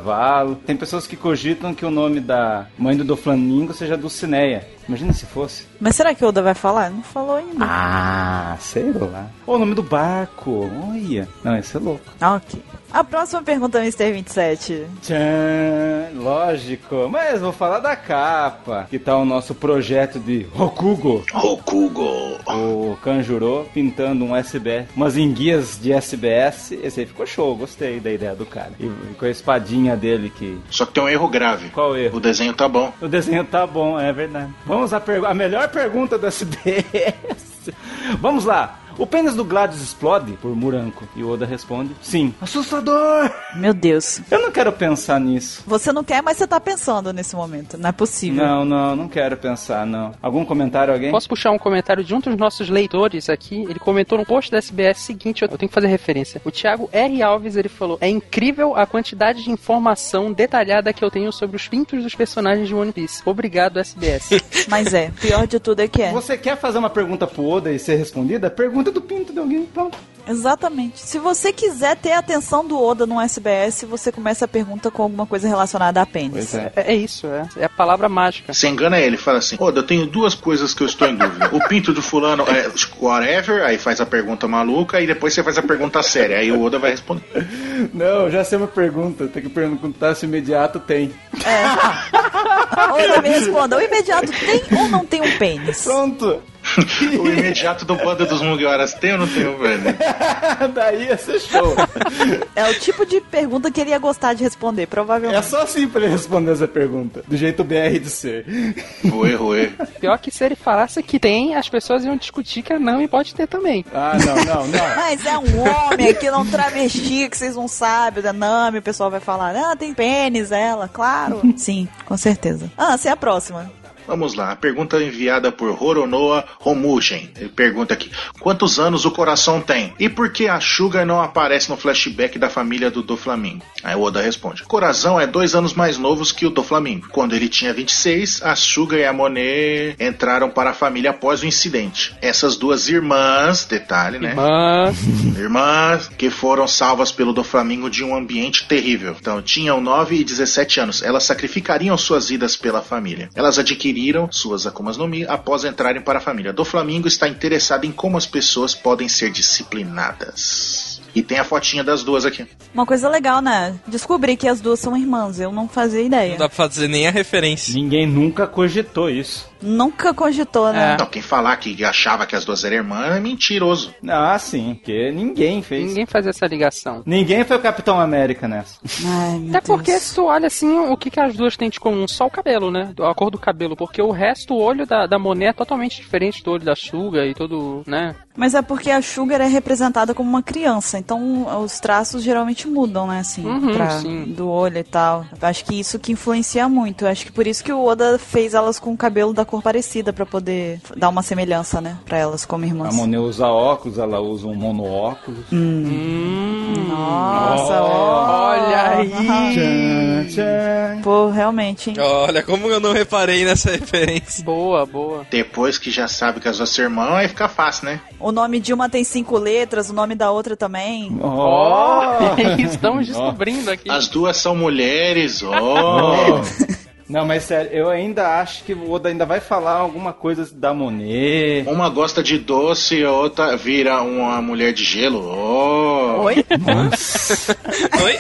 H: Tem pessoas que cogitam que o nome da mãe do Doflamingo seja Dulcineia. Imagina se fosse.
A: Mas será que o Oda vai falar? Não falou ainda.
H: Ah, sei lá. Ou o nome do barco. Olha. Não, esse é louco.
A: Ah, ok. A próxima pergunta, Mr. 27.
H: Tchan, lógico. Mas vou falar da capa. Que tá o nosso projeto de Rokugo.
C: Rokugo.
H: O Kanjuro pintando um SBS, umas enguias de SBS. Esse aí ficou show, gostei da ideia do cara. E com a espadinha dele que.
C: Só que tem um erro grave.
H: Qual o erro?
C: O desenho tá bom.
H: O desenho tá bom, é verdade. Vamos à pergu- a melhor pergunta do SBS. Vamos lá. O pênis do Gladius explode por Muranco. E o Oda responde: Sim. Assustador!
A: Meu Deus.
H: Eu não quero pensar nisso.
A: Você não quer, mas você tá pensando nesse momento. Não é possível.
H: Não, não, não quero pensar, não. Algum comentário, alguém?
E: Posso puxar um comentário de um dos nossos leitores aqui? Ele comentou no post da SBS seguinte, eu tenho que fazer referência. O Thiago R. Alves, ele falou, é incrível a quantidade de informação detalhada que eu tenho sobre os pintos dos personagens de One Piece. Obrigado, SBS.
A: Mas é, pior de tudo é que é.
H: Você quer fazer uma pergunta pro Oda e ser respondida? Pergunta do pinto de alguém, pronto.
A: Exatamente. Se você quiser ter a atenção do Oda no SBS, você começa a pergunta com alguma coisa relacionada a pênis.
H: é.
E: é, é isso, é. É a palavra mágica.
C: Você engana ele, fala assim: Oda, eu tenho duas coisas que eu estou em dúvida. O pinto do fulano é whatever, aí faz a pergunta maluca, e depois você faz a pergunta séria. Aí o Oda vai responder.
H: Não, já sei uma pergunta. Tem que perguntar se imediato tem.
A: É. Oda me responda, o imediato tem ou não tem um pênis?
H: Pronto.
C: O imediato do bando dos Mugiwaras tem ou não tem, velho?
H: Daí ia ser show.
A: É o tipo de pergunta que ele ia gostar de responder,
H: É
A: provavelmente.
H: só assim pra ele responder essa pergunta. Do jeito BR de ser.
C: Oê, oê.
E: Pior que se ele falasse que tem, as pessoas iam discutir que é não e pode ter também.
H: Ah, não, não, não.
A: Mas é um homem aqui, não travesti, que vocês não sabem, da Nami, o pessoal vai falar, ah, tem pênis ela, claro. Sim, com certeza. Ah, você é a próxima.
C: Vamos lá, a pergunta é enviada por Horonoa Homugen. Ele pergunta aqui: Quantos anos o coração tem? E por que a Sugar não aparece no flashback da família do Doflamingo? Aí o Oda responde: Coração é dois anos mais novos que o Doflamingo. Quando ele tinha 26, a Sugar e a Monet entraram para a família após o incidente. Essas duas irmãs, detalhe, né?
E: Mas...
C: Irmãs que foram salvas pelo do Flamengo de um ambiente terrível. Então, tinham 9 e 17 anos. Elas sacrificariam suas vidas pela família. Elas adquiriram suas Akumas no Mi após entrarem para a família. Do Flamengo está interessado em como as pessoas podem ser disciplinadas. E tem a fotinha das duas aqui.
A: Uma coisa legal, né? Descobri que as duas são irmãs, eu não fazia
B: Não
A: ideia.
B: dá pra fazer nem a referência.
H: Ninguém nunca cogitou isso.
A: Nunca cogitou, né?
C: Então, quem falar que achava que as duas eram irmãs é mentiroso.
H: Ah, sim. Porque ninguém fez. Ninguém,
E: Ninguém faz essa ligação.
H: foi o Capitão América nessa.
A: Ai, meu
E: Até
A: Deus.
E: porque se tu olha assim, o que, que as duas têm de comum? Só o cabelo, né? A cor do cabelo. Porque o resto, o olho da, da Monet é totalmente diferente do olho da Suga e todo, né?
A: Mas é porque a Sugar é representada como uma criança, então os traços geralmente mudam, né, assim,
E: Uhum,
A: pra-
E: sim.
A: do olho e tal. Eu Acho que isso que influencia muito. Eu Acho que por isso que o Oda fez elas com o cabelo da cor parecida pra poder f- dar uma semelhança, né, Pra elas como
H: A
A: irmãs.
H: Monet usa óculos, ela usa um monóculos.
E: Hum.
A: Nossa,
E: Olha
H: Tchan, tchan.
A: Pô, realmente, hein?
B: Olha, como eu não reparei nessa referência.
E: Boa, boa.
C: Depois que já sabe que as duas são irmãs, aí fica fácil, né?
A: O nome de uma tem cinco letras, o nome da outra também.
E: Ó,
H: Oh!
E: estamos descobrindo aqui.
C: As duas são mulheres, ó.
H: Não, mas sério, eu ainda acho que o Oda ainda vai falar alguma coisa da Monet.
C: Uma gosta de doce, a outra vira uma mulher de gelo. Oh.
A: Oi?
B: Oi?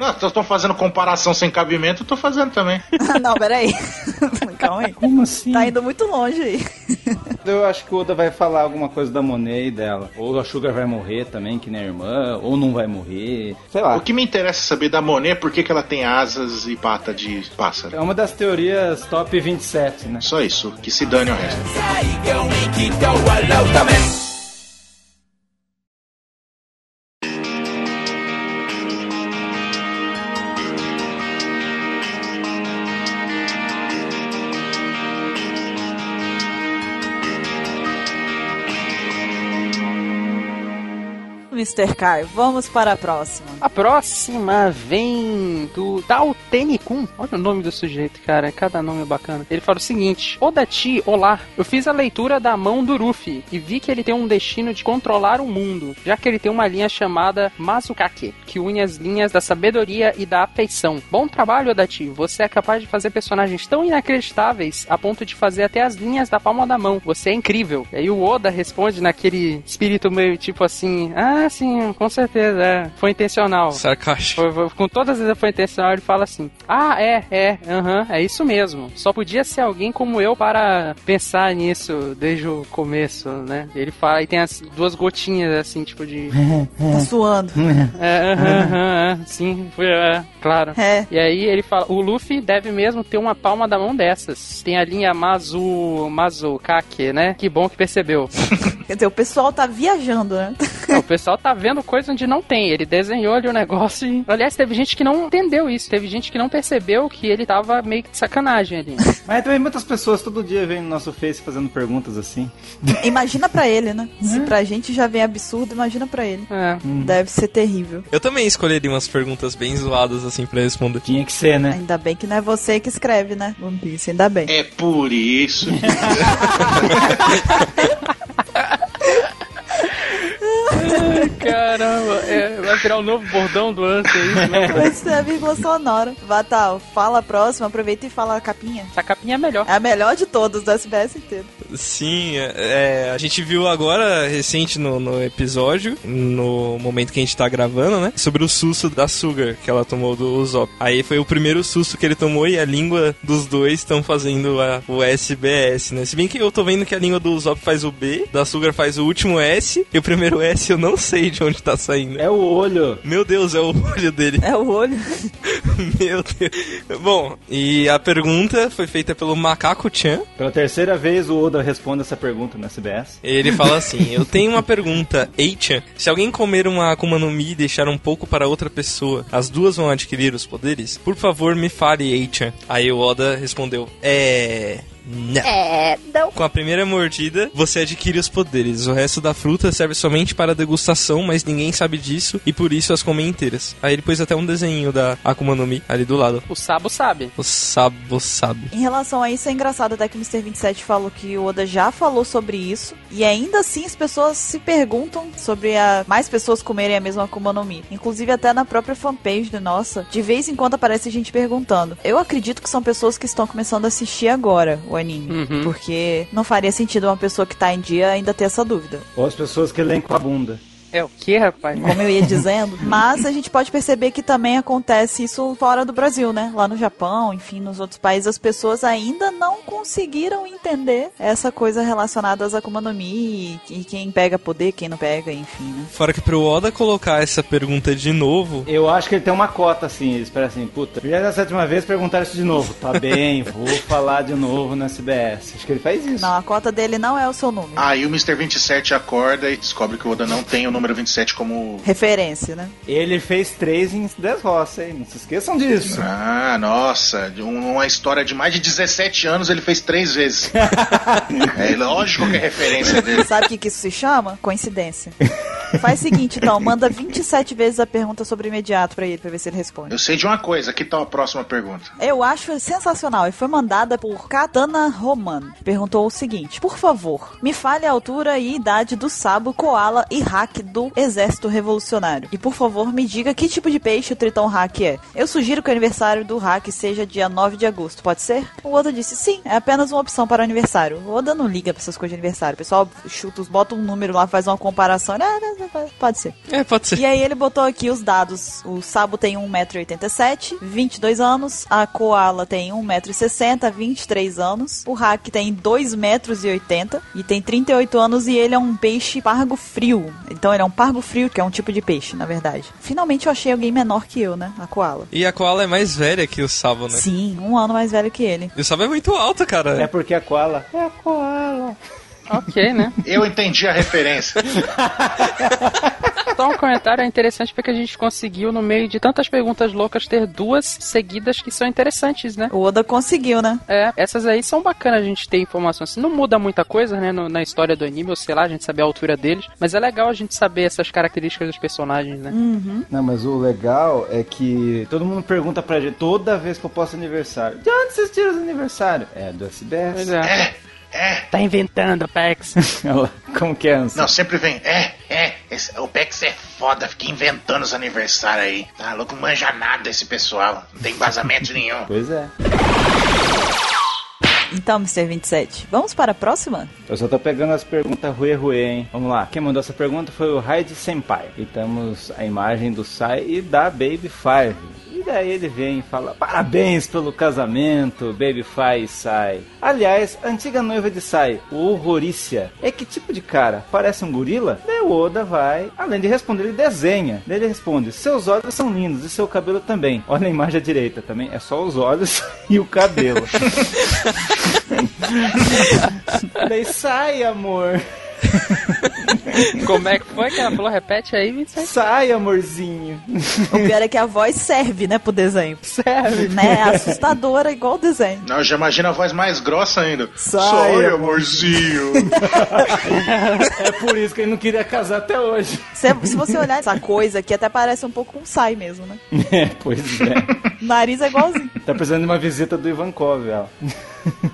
C: Não, se eu tô fazendo comparação sem cabimento, eu tô fazendo também.
A: não, peraí. Calma Tá aí.
H: Como assim?
A: Tá indo muito longe aí.
H: Eu acho que o Oda vai falar alguma coisa da Monet e dela. Ou a Sugar vai morrer também, que nem a irmã, ou não vai morrer. Sei lá.
C: O que me interessa saber da Monet é por que, que ela tem asas e pata de pássaro.
H: É uma das teorias top 27, né?
C: Só isso, que se dane o resto.
A: Mr. Kai, vamos para a próxima.
E: A próxima vem do Dao Tenikun. Olha o nome do sujeito, cara. Cada nome é bacana. Ele fala o seguinte: Odachi, olá. Eu fiz a leitura da mão do Ruffy e vi que ele tem um destino de controlar o mundo, já que ele tem uma linha chamada Mazukake, que une as linhas da sabedoria e da afeição. Bom trabalho, Odachi. Você é capaz de fazer personagens tão inacreditáveis a ponto de fazer até as linhas da palma da mão. Você é incrível. E aí o Oda responde naquele espírito meio tipo assim: Ah, sim, com certeza. é. Foi intencional.
B: Sarcástico.
E: Foi- foi- com todas as foi intencional, ele fala assim: Ah, é, é, aham, é isso mesmo. Só podia ser alguém como eu para pensar nisso desde o começo, né? Ele fala e tem as duas gotinhas assim, tipo de.
A: Tá suando.
E: É, aham, aham, é, sim, foi, é, claro.
A: É.
E: E aí ele fala, o Luffy deve mesmo ter uma palma da mão dessas. Tem a linha Mazu, Mazu Kake, né? Que bom que percebeu.
A: Quer dizer, o pessoal tá viajando, né?
E: Não, o pessoal tá vendo coisa onde não tem. Ele desenhou ali o negócio e... Aliás, teve gente que não entendeu isso. Teve gente que não percebeu que ele tava meio que de sacanagem ali.
H: Mas também muitas pessoas todo dia vêm no nosso Face fazendo perguntas assim.
A: Imagina pra ele, né? Se pra gente já vem absurdo, imagina pra ele.
E: É.
A: Deve ser terrível.
B: Eu também escolheria umas perguntas bem zoadas assim pra responder.
H: Tinha que ser, né?
A: Ainda bem que não é você que escreve, né? One Piece, ainda bem.
C: É por isso.
E: Caramba, é, vai virar o novo bordão do Ansem. isso, né?
A: Essa é a vírgula sonora. Vatal, fala a próxima, aproveita e fala a capinha.
E: Essa capinha é melhor.
A: É a melhor de todas da SBS inteira.
B: Sim, é, é, a gente viu agora, recente no, no episódio, no momento que a gente tá gravando, né? Sobre o susto da Sugar que ela tomou do Usopp. Aí foi o primeiro susto que ele tomou e a língua dos dois estão fazendo a, o SBS, né? Se bem que eu tô vendo que a língua do Usopp faz o B, da Sugar faz o último S, e o primeiro S eu não sei de onde tá saindo.
H: É o olho.
B: Meu Deus, é o olho dele.
A: É o olho.
B: Meu Deus. Bom, e a pergunta foi feita pelo Macaco Chan.
H: Pela terceira vez o Oda responde essa pergunta no SBS.
B: Ele fala assim: Eu tenho uma pergunta, Eichan. Se alguém comer uma Akuma no Mi e deixar um pouco para outra pessoa, as duas vão adquirir os poderes? Por favor, me fale, Eichan. Aí o Oda respondeu: É. Não.
I: É, não.
B: Com a primeira mordida, você adquire os poderes. O resto da fruta serve somente para degustação, mas ninguém sabe disso e por isso as comem inteiras. Aí ele pôs até um desenho da Akuma no Mi ali do lado.
E: O Sabo sabe.
B: O Sabo sabe.
A: Em relação a isso, é engraçado até que o Mr. 27 falou que o Oda já falou sobre isso. E ainda assim, as pessoas se perguntam sobre a mais pessoas comerem a mesma Akuma no Mi. Inclusive, até na própria fanpage do Nossa, de vez em quando aparece gente perguntando. Eu acredito que são pessoas que estão começando a assistir agora o anime.
E: Uhum.
A: Porque não faria sentido uma pessoa que tá em dia ainda ter essa dúvida.
H: Ou as pessoas que leem com a bunda.
E: É o que, rapaz?
A: como eu ia dizendo. Mas a gente pode perceber que também acontece isso fora do Brasil, né? Lá no Japão, enfim, nos outros países, as pessoas ainda não conseguiram entender essa coisa relacionada às Akuma no Mi e e quem pega poder, quem não pega, enfim, né?
B: Fora que pro Oda colocar essa pergunta de novo,
H: Eu acho que ele tem uma cota, assim, eles parecem, assim, puta, 37 vez perguntaram isso de novo. Tá bem, vou falar de novo no SBS. Acho que ele faz isso.
A: Não, a cota dele não é o seu número.
C: Aí o Mr. 27 acorda e descobre que o Oda não tem o número 27 como.
A: Referência, né?
H: Ele fez três em 10 roças, hein? Não se esqueçam disso.
C: Ah, nossa, de um- uma história de mais de 17 anos ele fez três vezes. é lógico que é referência dele.
A: Sabe o que, que isso se chama? Coincidência. Faz o seguinte, então, manda 27 vezes a pergunta sobre imediato pra ele, pra ver se ele responde.
C: Eu sei de uma coisa, que tal a próxima pergunta?
A: Eu acho sensacional e foi mandada por Katana Roman. Perguntou o seguinte: Por favor, me fale a altura e idade do sabo, koala e hack do Exército Revolucionário. E por favor, me diga que tipo de peixe o Tritão hack é. Eu sugiro que o aniversário do hack seja dia 9 de agosto, pode ser? O Oda disse: Sim, é apenas uma opção para o aniversário. O Oda não liga pra essas coisas de aniversário. O pessoal chuta, os- bota um número lá, faz uma comparação. Ah, é, pode ser.
B: É, pode ser.
A: E aí ele botou aqui os dados. O Sabo tem 1,87m, 22 anos. A Koala tem 1,60m, 23 anos. O Hak tem 2,80m e tem 38 anos e ele é um peixe pargo frio. Então ele é um pargo frio, que é um tipo de peixe, na verdade. Finalmente eu achei alguém menor que eu, né? A Koala.
B: E a Koala é mais velha que o Sabo, né?
A: Sim, um ano mais velho que ele.
B: E o Sabo é muito alto, cara.
H: É porque a koala. É a koala.
E: Ok, né?
C: Eu entendi a referência.
E: Só um comentário é interessante porque a gente conseguiu, no meio de tantas perguntas loucas, ter duas seguidas que são interessantes, né?
A: O Oda conseguiu, né?
E: É, essas aí são bacanas a gente ter informações. Assim, não muda muita coisa, né, no- na história do anime, ou sei lá, a gente saber a altura deles, mas é legal a gente saber essas características dos personagens, né?
A: Uhum.
H: Não, mas o legal é que todo mundo pergunta pra gente toda vez que eu posto aniversário. De onde vocês tiram os aniversário? É, do
E: Pois
H: SBS.
E: é. Tá inventando, Pex.
H: Ela- Como que é, Anson?
C: Não, sempre vem. É, é, esse- o Pex é foda, fica inventando os aniversários aí. Tá louco, manja nada esse pessoal. Não tem vazamento nenhum.
H: Pois é.
A: Então, Mr. 27, vamos para a próxima?
H: Eu só tô pegando as perguntas ruê ruê, hein? Vamos lá. Quem mandou essa pergunta foi o Raid Senpai. E temos a imagem do Sai e da Baby Five. E daí ele vem e fala: Parabéns pelo casamento, Baby Five e Sai. Aliás, a antiga noiva de Sai, o Horrorícia, é que tipo de cara? Parece um gorila? Daí o Oda vai. Além de responder, ele desenha. Daí ele responde: Seus olhos são lindos e seu cabelo também. Olha a imagem à direita também. É só os olhos e o cabelo. daí sai, amor.
E: Como é que foi que ela falou? Repete aí, Vincent.
H: Sai, amorzinho.
A: O pior é que a voz serve, né, pro desenho.
H: Serve.
A: Né? É assustadora, igual o desenho.
C: Não, eu já imagina a voz mais grossa ainda.
A: Sai,
C: amorzinho.
H: É por isso que ele não queria casar até hoje.
A: Se, se você olhar essa coisa aqui, até parece um pouco um sai mesmo, né?
H: É, pois é.
A: O nariz é igualzinho.
H: Tá precisando de uma visita do Ivankov, ela.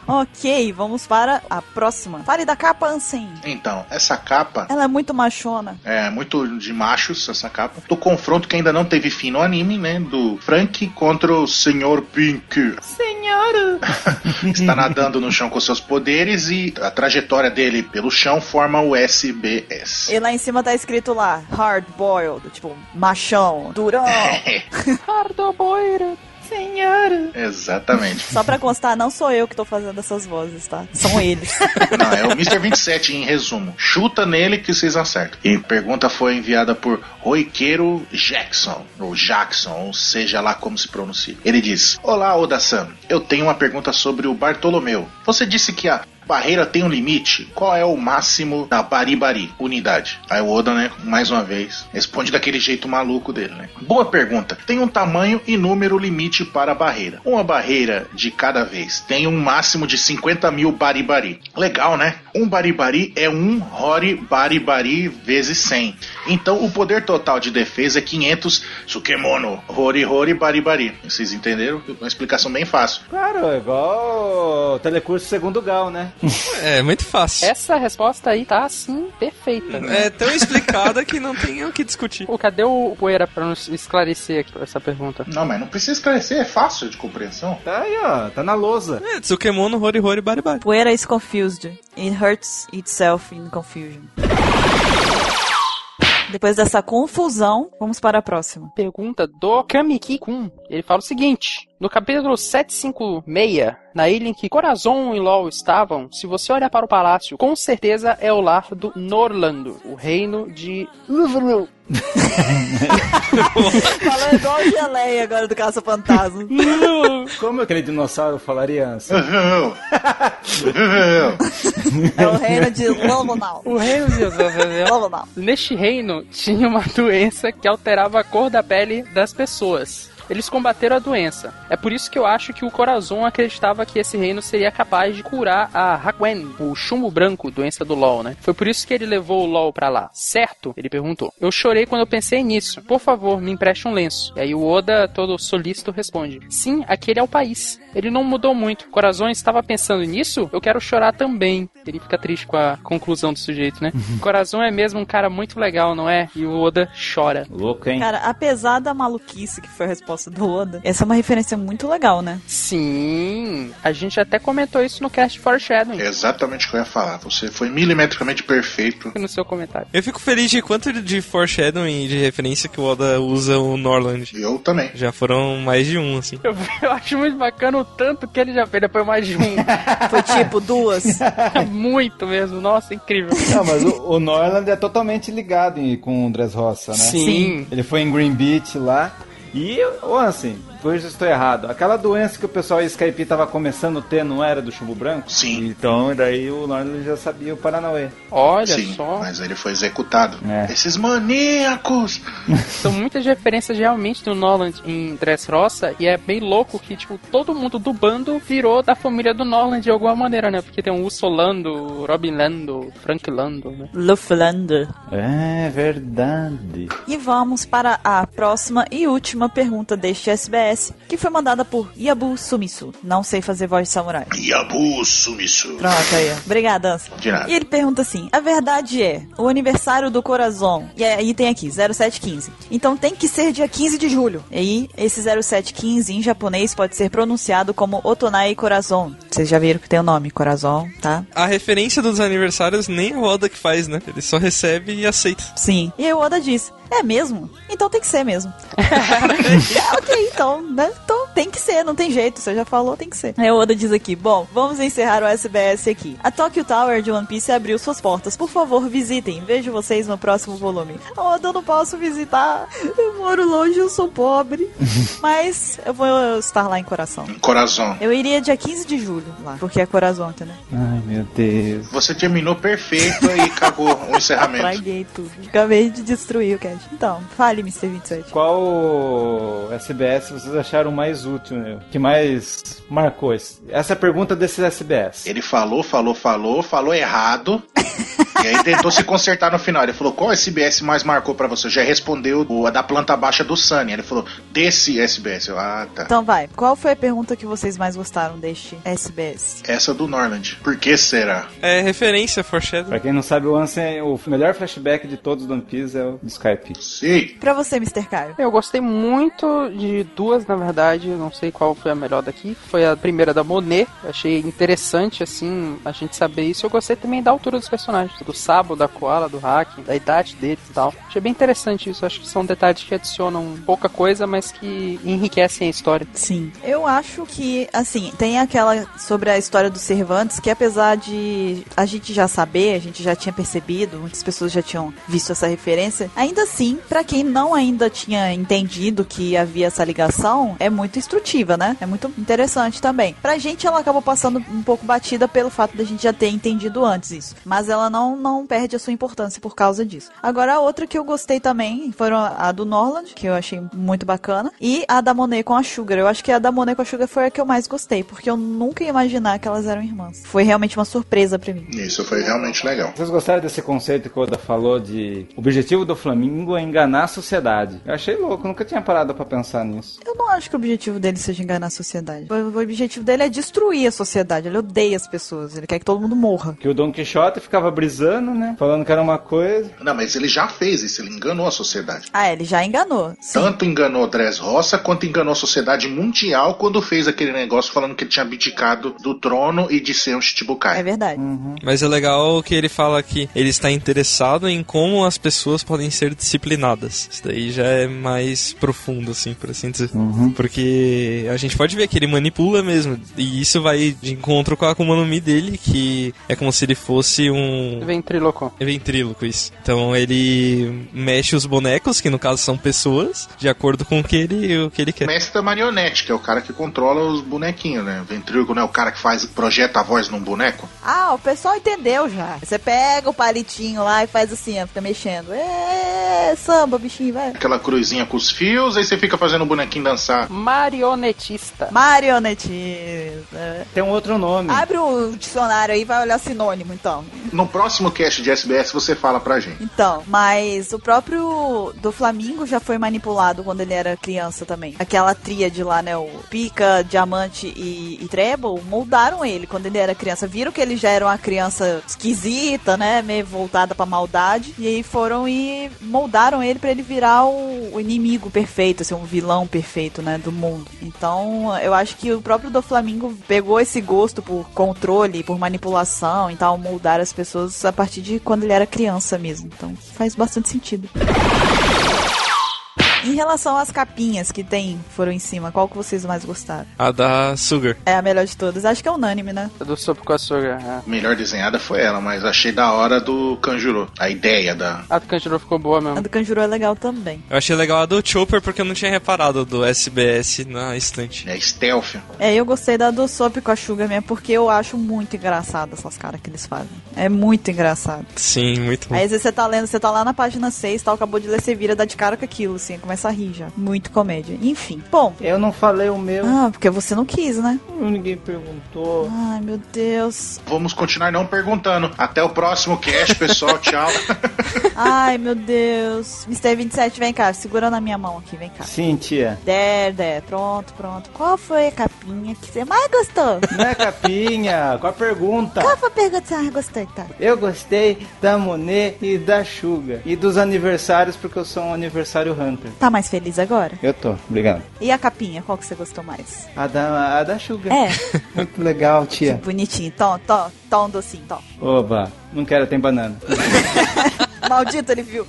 A: ok, vamos para a próxima. Fale da capa Ansem.
C: então, essa capa
A: Ela é muito machona.
C: É, muito de machos essa capa. Do confronto que ainda não teve fim no anime, né? Do Frank contra o Sr. Pink. Senhor! Está nadando no chão com seus poderes e a trajetória dele pelo chão forma o SBS.
A: E lá em cima tá escrito lá, hard boiled, tipo, machão, durão.
C: Exatamente.
A: Só pra constar, não sou eu que tô fazendo essas vozes, tá? São eles.
C: Não, é o Mr. 27 em resumo. Chuta nele que vocês acertam. E pergunta foi enviada por Roiqueiro Jackson, ou Jackson, ou seja lá como se pronuncia. Ele diz: Olá, Oda-san. Eu tenho uma pergunta sobre o Bartolomeu. Você disse que a barreira tem um limite. Qual é o máximo da Baribari, unidade? Aí o Oda, né, mais uma vez, responde daquele jeito maluco dele, né? Boa pergunta. Tem um tamanho e número limite para a barreira. Uma barreira de cada vez. Tem um máximo de 50 mil baribari. Legal, né? Um baribari é um hori baribari vezes 100. Então o poder total de defesa é 500 sukemono. Hori hori baribari. Vocês entenderam? Uma explicação bem fácil.
H: Claro, é igual o telecurso segundo grau, né?
B: É, muito fácil.
E: Essa resposta aí tá, assim, perfeita. né?
B: É tão explicada que não tem o que discutir.
E: Pô, cadê o Poeira pra nos esclarecer aqui essa pergunta?
C: Não, mas não precisa esclarecer, é fácil de compreensão.
H: Tá aí, ó. Tá na lousa.
B: É, Tsukemono, Hori Hori, Bari Bari.
A: Poeira is confused. It hurts itself in confusion. Depois dessa confusão, vamos para a próxima.
E: pergunta do Kamiki-kun. Ele fala o seguinte: No capítulo 756, na ilha em que Corazon e Law estavam, se você olhar para o palácio, com certeza é o lar do Norlando, o reino de. Uvrl.
A: Falando igual o geleia agora do caça-fantasma.
H: Como aquele dinossauro falaria, assim? Anson?
A: É o reino de Lolonal.
E: O reino de Uvrl.
A: Lolonal.
E: Neste reino tinha uma doença que alterava a cor da pele das pessoas. Eles combateram a doença. É por isso que eu acho que o Corazon acreditava que esse reino seria capaz de curar a Hakuen, o chumbo branco, doença do LOL, né? Foi por isso que ele levou o LOL pra lá, certo? Ele perguntou. Eu chorei quando eu pensei nisso. Por favor, me empreste um lenço. E aí o Oda, todo solícito, responde: Sim, aquele é o país. Ele não mudou muito. Corazon estava pensando nisso? Eu quero chorar também. Ele fica triste com a conclusão do sujeito, né? Corazon é mesmo um cara muito legal, não é? E o Oda chora.
H: Louco, hein?
A: Cara, apesar da maluquice que foi a Celso, do Oda. Essa é uma referência muito legal, né?
E: Sim, a gente até comentou isso no cast Foreshadowing,
C: É exatamente o que eu ia falar. Você foi milimetricamente perfeito.
E: no seu comentário.
B: Eu fico feliz de quanto de foreshadowing e de referência que o Oda usa o Norland.
C: E eu também.
B: Já foram mais de um, assim.
E: Eu, eu acho muito bacana o tanto que ele já fez, depois mais de um.
A: Foi tipo duas.
E: muito mesmo, nossa, incrível.
H: Não, mas o, o Norland é totalmente ligado em- com o Dressrosa, né?
E: Sim.
H: Ele foi em Green Beach lá. E, ou assim, corrija se eu estou errado. Aquela doença que o pessoal Skype tava começando a ter não era do chumbo branco?
C: Sim.
H: Então, daí o Norland já sabia o Paranauê.
E: Olha
C: Sim,
E: só,
C: mas ele foi executado.
H: É.
C: Esses maníacos!
E: são muitas referências realmente do Noland em Dressrosa e é bem louco que, tipo, todo mundo do bando virou da família do Noland de alguma maneira, né? Porque tem o Uso Lando, Robin Lando, Frank Lando, né?
A: Luflander.
H: É verdade.
A: E vamos para a próxima e última pergunta deste SBS, que foi mandada por Yabu Sumisu. Não sei fazer voz de samurai.
C: Yabu Sumisu.
A: Pronto, aí. ó. Obrigada, Anson.
C: De nada.
A: E ele pergunta assim: a verdade é, o aniversário do Corazon. E é, aí tem aqui, 0715. Então tem que ser dia 15 de julho. E aí, esse 0715 em japonês pode ser pronunciado como Otonai Corazon. Vocês já viram que tem o nome, Corazon, tá?
B: A referência dos aniversários nem é o Oda que faz, né? Ele só recebe e aceita.
A: Sim. E aí o Oda diz: é mesmo? Então tem que ser mesmo. É, ok, então, né? Então tem que ser, não tem jeito, você já falou, tem que ser. Aí o Oda diz aqui: bom, vamos encerrar o SBS aqui. A Tokyo Tower de One Piece abriu suas portas, por favor, visitem. Vejo vocês no próximo volume. Oda, eu não posso visitar, eu moro longe, eu sou pobre. Mas eu vou estar lá em coração.
C: Corazon.
A: Eu iria dia 15 de julho lá, porque é coração, né?
H: Ai, meu Deus.
C: Você terminou perfeito e cagou o encerramento.
A: Traguei tudo. Acabei de destruir o cast. Então, fale, Mr. 27.
H: Qual SBS vocês acharam mais útil, né? Que mais marcou? esse- Essa é a pergunta desse SBS.
C: Ele falou, falou, falou, falou errado. e aí tentou se consertar no final. Ele falou: qual SBS mais marcou pra você? Já respondeu o- a da planta baixa do Sunny. Ele falou: desse SBS. Eu, ah, tá.
A: Então vai, qual foi a pergunta que vocês mais gostaram deste SBS?
C: Essa do Norland. Por que será?
B: É referência, foreshadowing.
H: Pra quem não sabe, o Ansem, o melhor flashback de todos do One Piece é o do Skype.
C: Sim.
A: Pra você, Mr. Caio.
E: Eu gostei muito de duas, na verdade, eu não sei qual foi a melhor daqui. Foi a primeira da Monet, eu achei interessante, assim, a gente saber isso. Eu gostei também da altura dos personagens, do Sabo, da Koala, do Hack, da idade deles e tal. Achei bem interessante isso, acho que são detalhes que adicionam pouca coisa, mas que enriquecem a história.
A: Sim. Eu acho que, assim, tem aquela sobre a história dos Cervantes, que apesar de a gente já saber, a gente já tinha percebido, muitas pessoas já tinham visto essa referência, ainda assim, pra quem não ainda tinha entendido que havia essa ligação, é muito instrutiva, né? É muito interessante também. Pra gente, ela acaba passando um pouco batida pelo fato da gente já ter entendido antes isso. Mas ela não, não perde a sua importância por causa disso. Agora, a outra que eu gostei também foram a do Norland, que eu achei muito bacana, e a da Monet com a Sugar. Eu acho que a da Monet com a Sugar foi a que eu mais gostei, porque eu nunca ia imaginar que elas eram irmãs. Foi realmente uma surpresa pra mim.
C: Isso foi realmente legal.
H: Vocês gostaram desse conceito que o Oda falou de o objetivo do Flamingo é enganar a sociedade? Eu achei louco, nunca tinha parado pra pensar nisso.
A: Eu não acho que o objetivo dele seja enganar a sociedade. O o objetivo dele é destruir a sociedade. Ele odeia as pessoas. Ele quer que todo mundo morra.
H: Que o Don Quixote ficava brisando, né? Falando que era uma coisa.
C: Não, mas ele já fez isso, ele enganou a sociedade.
A: Ah, ele já enganou. Sim.
C: Tanto enganou Dres Roça quanto enganou a sociedade mundial quando fez aquele negócio falando que ele tinha abdicado do trono e de ser um
A: É
C: Shichibukai.
A: verdade.
B: Mas é legal que ele fala que ele está interessado em como as pessoas podem ser disciplinadas. Isso daí já é mais profundo, assim, por assim dizer. Porque a gente pode ver que ele manipula mesmo. E isso vai de encontro com a Akuma no Mi dele, que é como se ele fosse um
E: Ventríloco.
B: é ventríloco isso. Então ele mexe os bonecos, que no caso são pessoas, de acordo com o que ele, o que ele
C: O
B: quer.
C: Mestre da marionete, que é o cara que controla os bonequinhos, né? Ventríloco não é o cara que faz, projeta a voz num boneco?
A: Ah, o pessoal entendeu já. Você pega o palitinho lá e faz assim, ó, fica mexendo. É, samba, bichinho, vai.
C: Aquela cruzinha com os fios, aí você fica fazendo o bonequinho dançar.
E: Marionetista.
A: Marionetista.
H: Tem um outro nome.
A: Abre o dicionário aí e vai olhar sinônimo, então.
C: No próximo cast de SBS você fala pra gente.
A: Então, mas o próprio do Flamingo já foi manipulado quando ele era criança também. Aquela tríade lá, né? O Pica, Diamante e, e Treble moldaram ele quando ele era criança. Viram que ele já era uma criança esquisita, né? Meio voltada pra maldade. E aí foram e moldaram ele pra ele virar o, o inimigo perfeito, assim, um vilão perfeito, né? Do mundo. Então, eu acho que o próprio do Flamingo pegou esse gosto por controle, por manipulação e tal, moldar as pessoas a partir de quando ele era criança mesmo. Então, faz bastante sentido. Em relação às capinhas que tem, foram em cima, qual que vocês mais gostaram?
B: A da Sugar.
A: É a melhor de todas. Acho que é unânime, né?
E: Do Sopo com Açúcar. é.
C: Melhor desenhada foi ela, mas achei da hora do Kanjuro. A ideia da.
E: A Ah, do Kanjuro ficou boa
A: A
E: mesmo.
A: do Kanjuro é legal também.
B: Eu achei legal a do Chopper porque eu não tinha reparado do SBS na estante.
C: É stealth.
A: É, eu gostei da do Sop com a Sugar mesmo, porque eu acho muito engraçado essas caras que eles fazem. É muito engraçado.
B: Sim, muito bom.
A: Aí às vezes você tá lendo, você tá lá na página 6, tal, acabou de ler, você vira, dá de cara com aquilo, assim, começa a rir já. Muito comédia. Enfim. Bom.
H: Eu não falei o meu,
A: Ah, porque você não quis, né?
H: ninguém perguntou.
A: Ai, meu Deus.
C: Vamos continuar não perguntando. Até o próximo cast, pessoal. Tchau.
A: Ai, meu Deus. Mr. 27, vem cá, segura na minha mão aqui, vem cá.
H: Sim, tia.
A: Der, der, pronto, pronto. Qual foi a capinha que você mais gostou?
H: Não é capinha, qual a pergunta?
A: Qual foi a pergunta que você mais gostou, tá?
H: Eu gostei da Monet e da Suga. E dos aniversários, porque eu sou um aniversário hunter.
A: Tá mais feliz agora?
H: Eu tô, obrigado.
A: E a capinha, qual que você gostou mais?
H: A da, a da Suga.
A: É,
H: Muito legal, tia.
A: bonitinho. Tom, tom, tom docinho, tom.
H: Oba, não quero, tem banana.
A: Maldito, ele viu.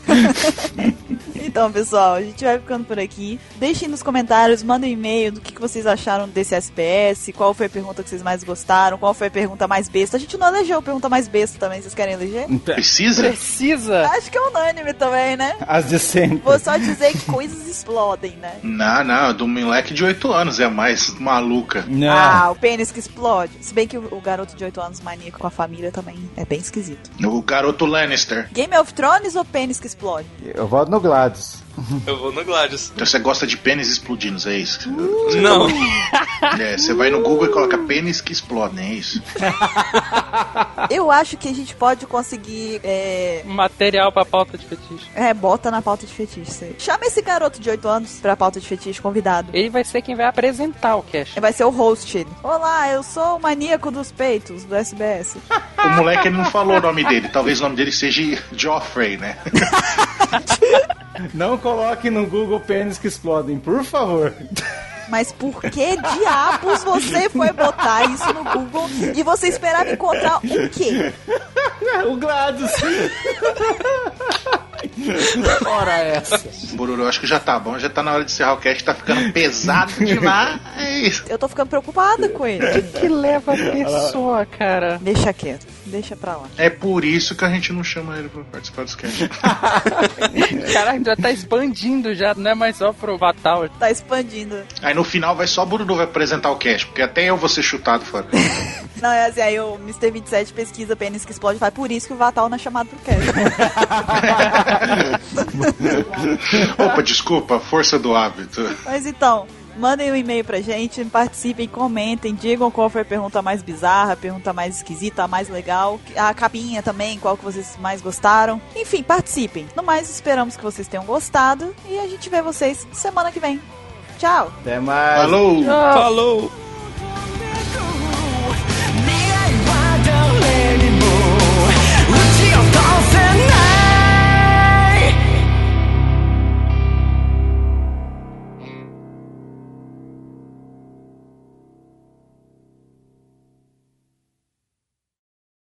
A: então, pessoal, a gente vai ficando por aqui. Deixem nos comentários, mandem um e-mail do que, que vocês acharam desse SPS, qual foi a pergunta que vocês mais gostaram, qual foi a pergunta mais besta. A gente não elegeu a pergunta mais besta também, vocês querem eleger?
C: Precisa?
E: Precisa!
A: Acho que é unânime também, né?
H: As de sempre.
A: Vou só dizer que coisas explodem, né?
C: Não, não, do moleque de 8 anos é a mais maluca.
H: Não.
A: Ah, o pênis que explode. Se bem que o o garoto de 8 anos maníaco com a família também é bem esquisito.
C: O garoto Lannister.
A: Game of Thrones ou pênis que explode?
H: Eu voto no Gladys.
B: Eu vou no Gladius.
C: Então você gosta de pênis explodindo, é isso?
B: Não,
C: É, você vai no Google e coloca pênis que explodem, é isso?
A: Eu acho que a gente pode conseguir é,
E: Material pra pauta de fetiche.
A: É, bota na pauta de fetiche. isso aí. Chama esse garoto de 8 anos pra pauta de fetiche, convidado.
E: Ele vai ser quem vai apresentar o cash.
A: Vai ser o host ele. Olá, eu sou o maníaco dos peitos do SBS.
C: O moleque ele não falou o nome dele. Talvez o nome dele seja Joffrey, né?
H: Não coloque no Google pênis que explodem, por favor.
A: Mas por que diabos você foi botar isso no Google e você esperava encontrar o quê?
H: o Gladys.
E: Ora essa.
C: Bururu, acho que já tá bom, já tá na hora de encerrar o cast, tá ficando pesado demais.
A: Eu tô ficando preocupada com ele.
E: que leva a pessoa, cara?
A: Deixa quieto, deixa pra lá.
C: É por isso que a gente não chama ele pra participar dos cast.
E: Caralho, já tá expandindo já, não é mais só pro Vatal.
A: Tá expandindo.
C: Aí no final vai só o Bururu vai apresentar o cast, porque até eu vou ser chutado fora.
A: Não, é assim, aí o Mr. 27 pesquisa pênis que explode e fala, por isso que o Vatal não é chamado pro cast.
C: Opa, desculpa, força do hábito.
A: Mas então, mandem um e-mail pra gente, participem, comentem, digam qual foi a pergunta mais bizarra, a pergunta mais esquisita, a mais legal, a capinha também, qual que vocês mais gostaram. Enfim, participem. No mais, esperamos que vocês tenham gostado e a gente vê vocês semana que vem. Tchau!
H: Até mais.
C: Falou!
B: falou!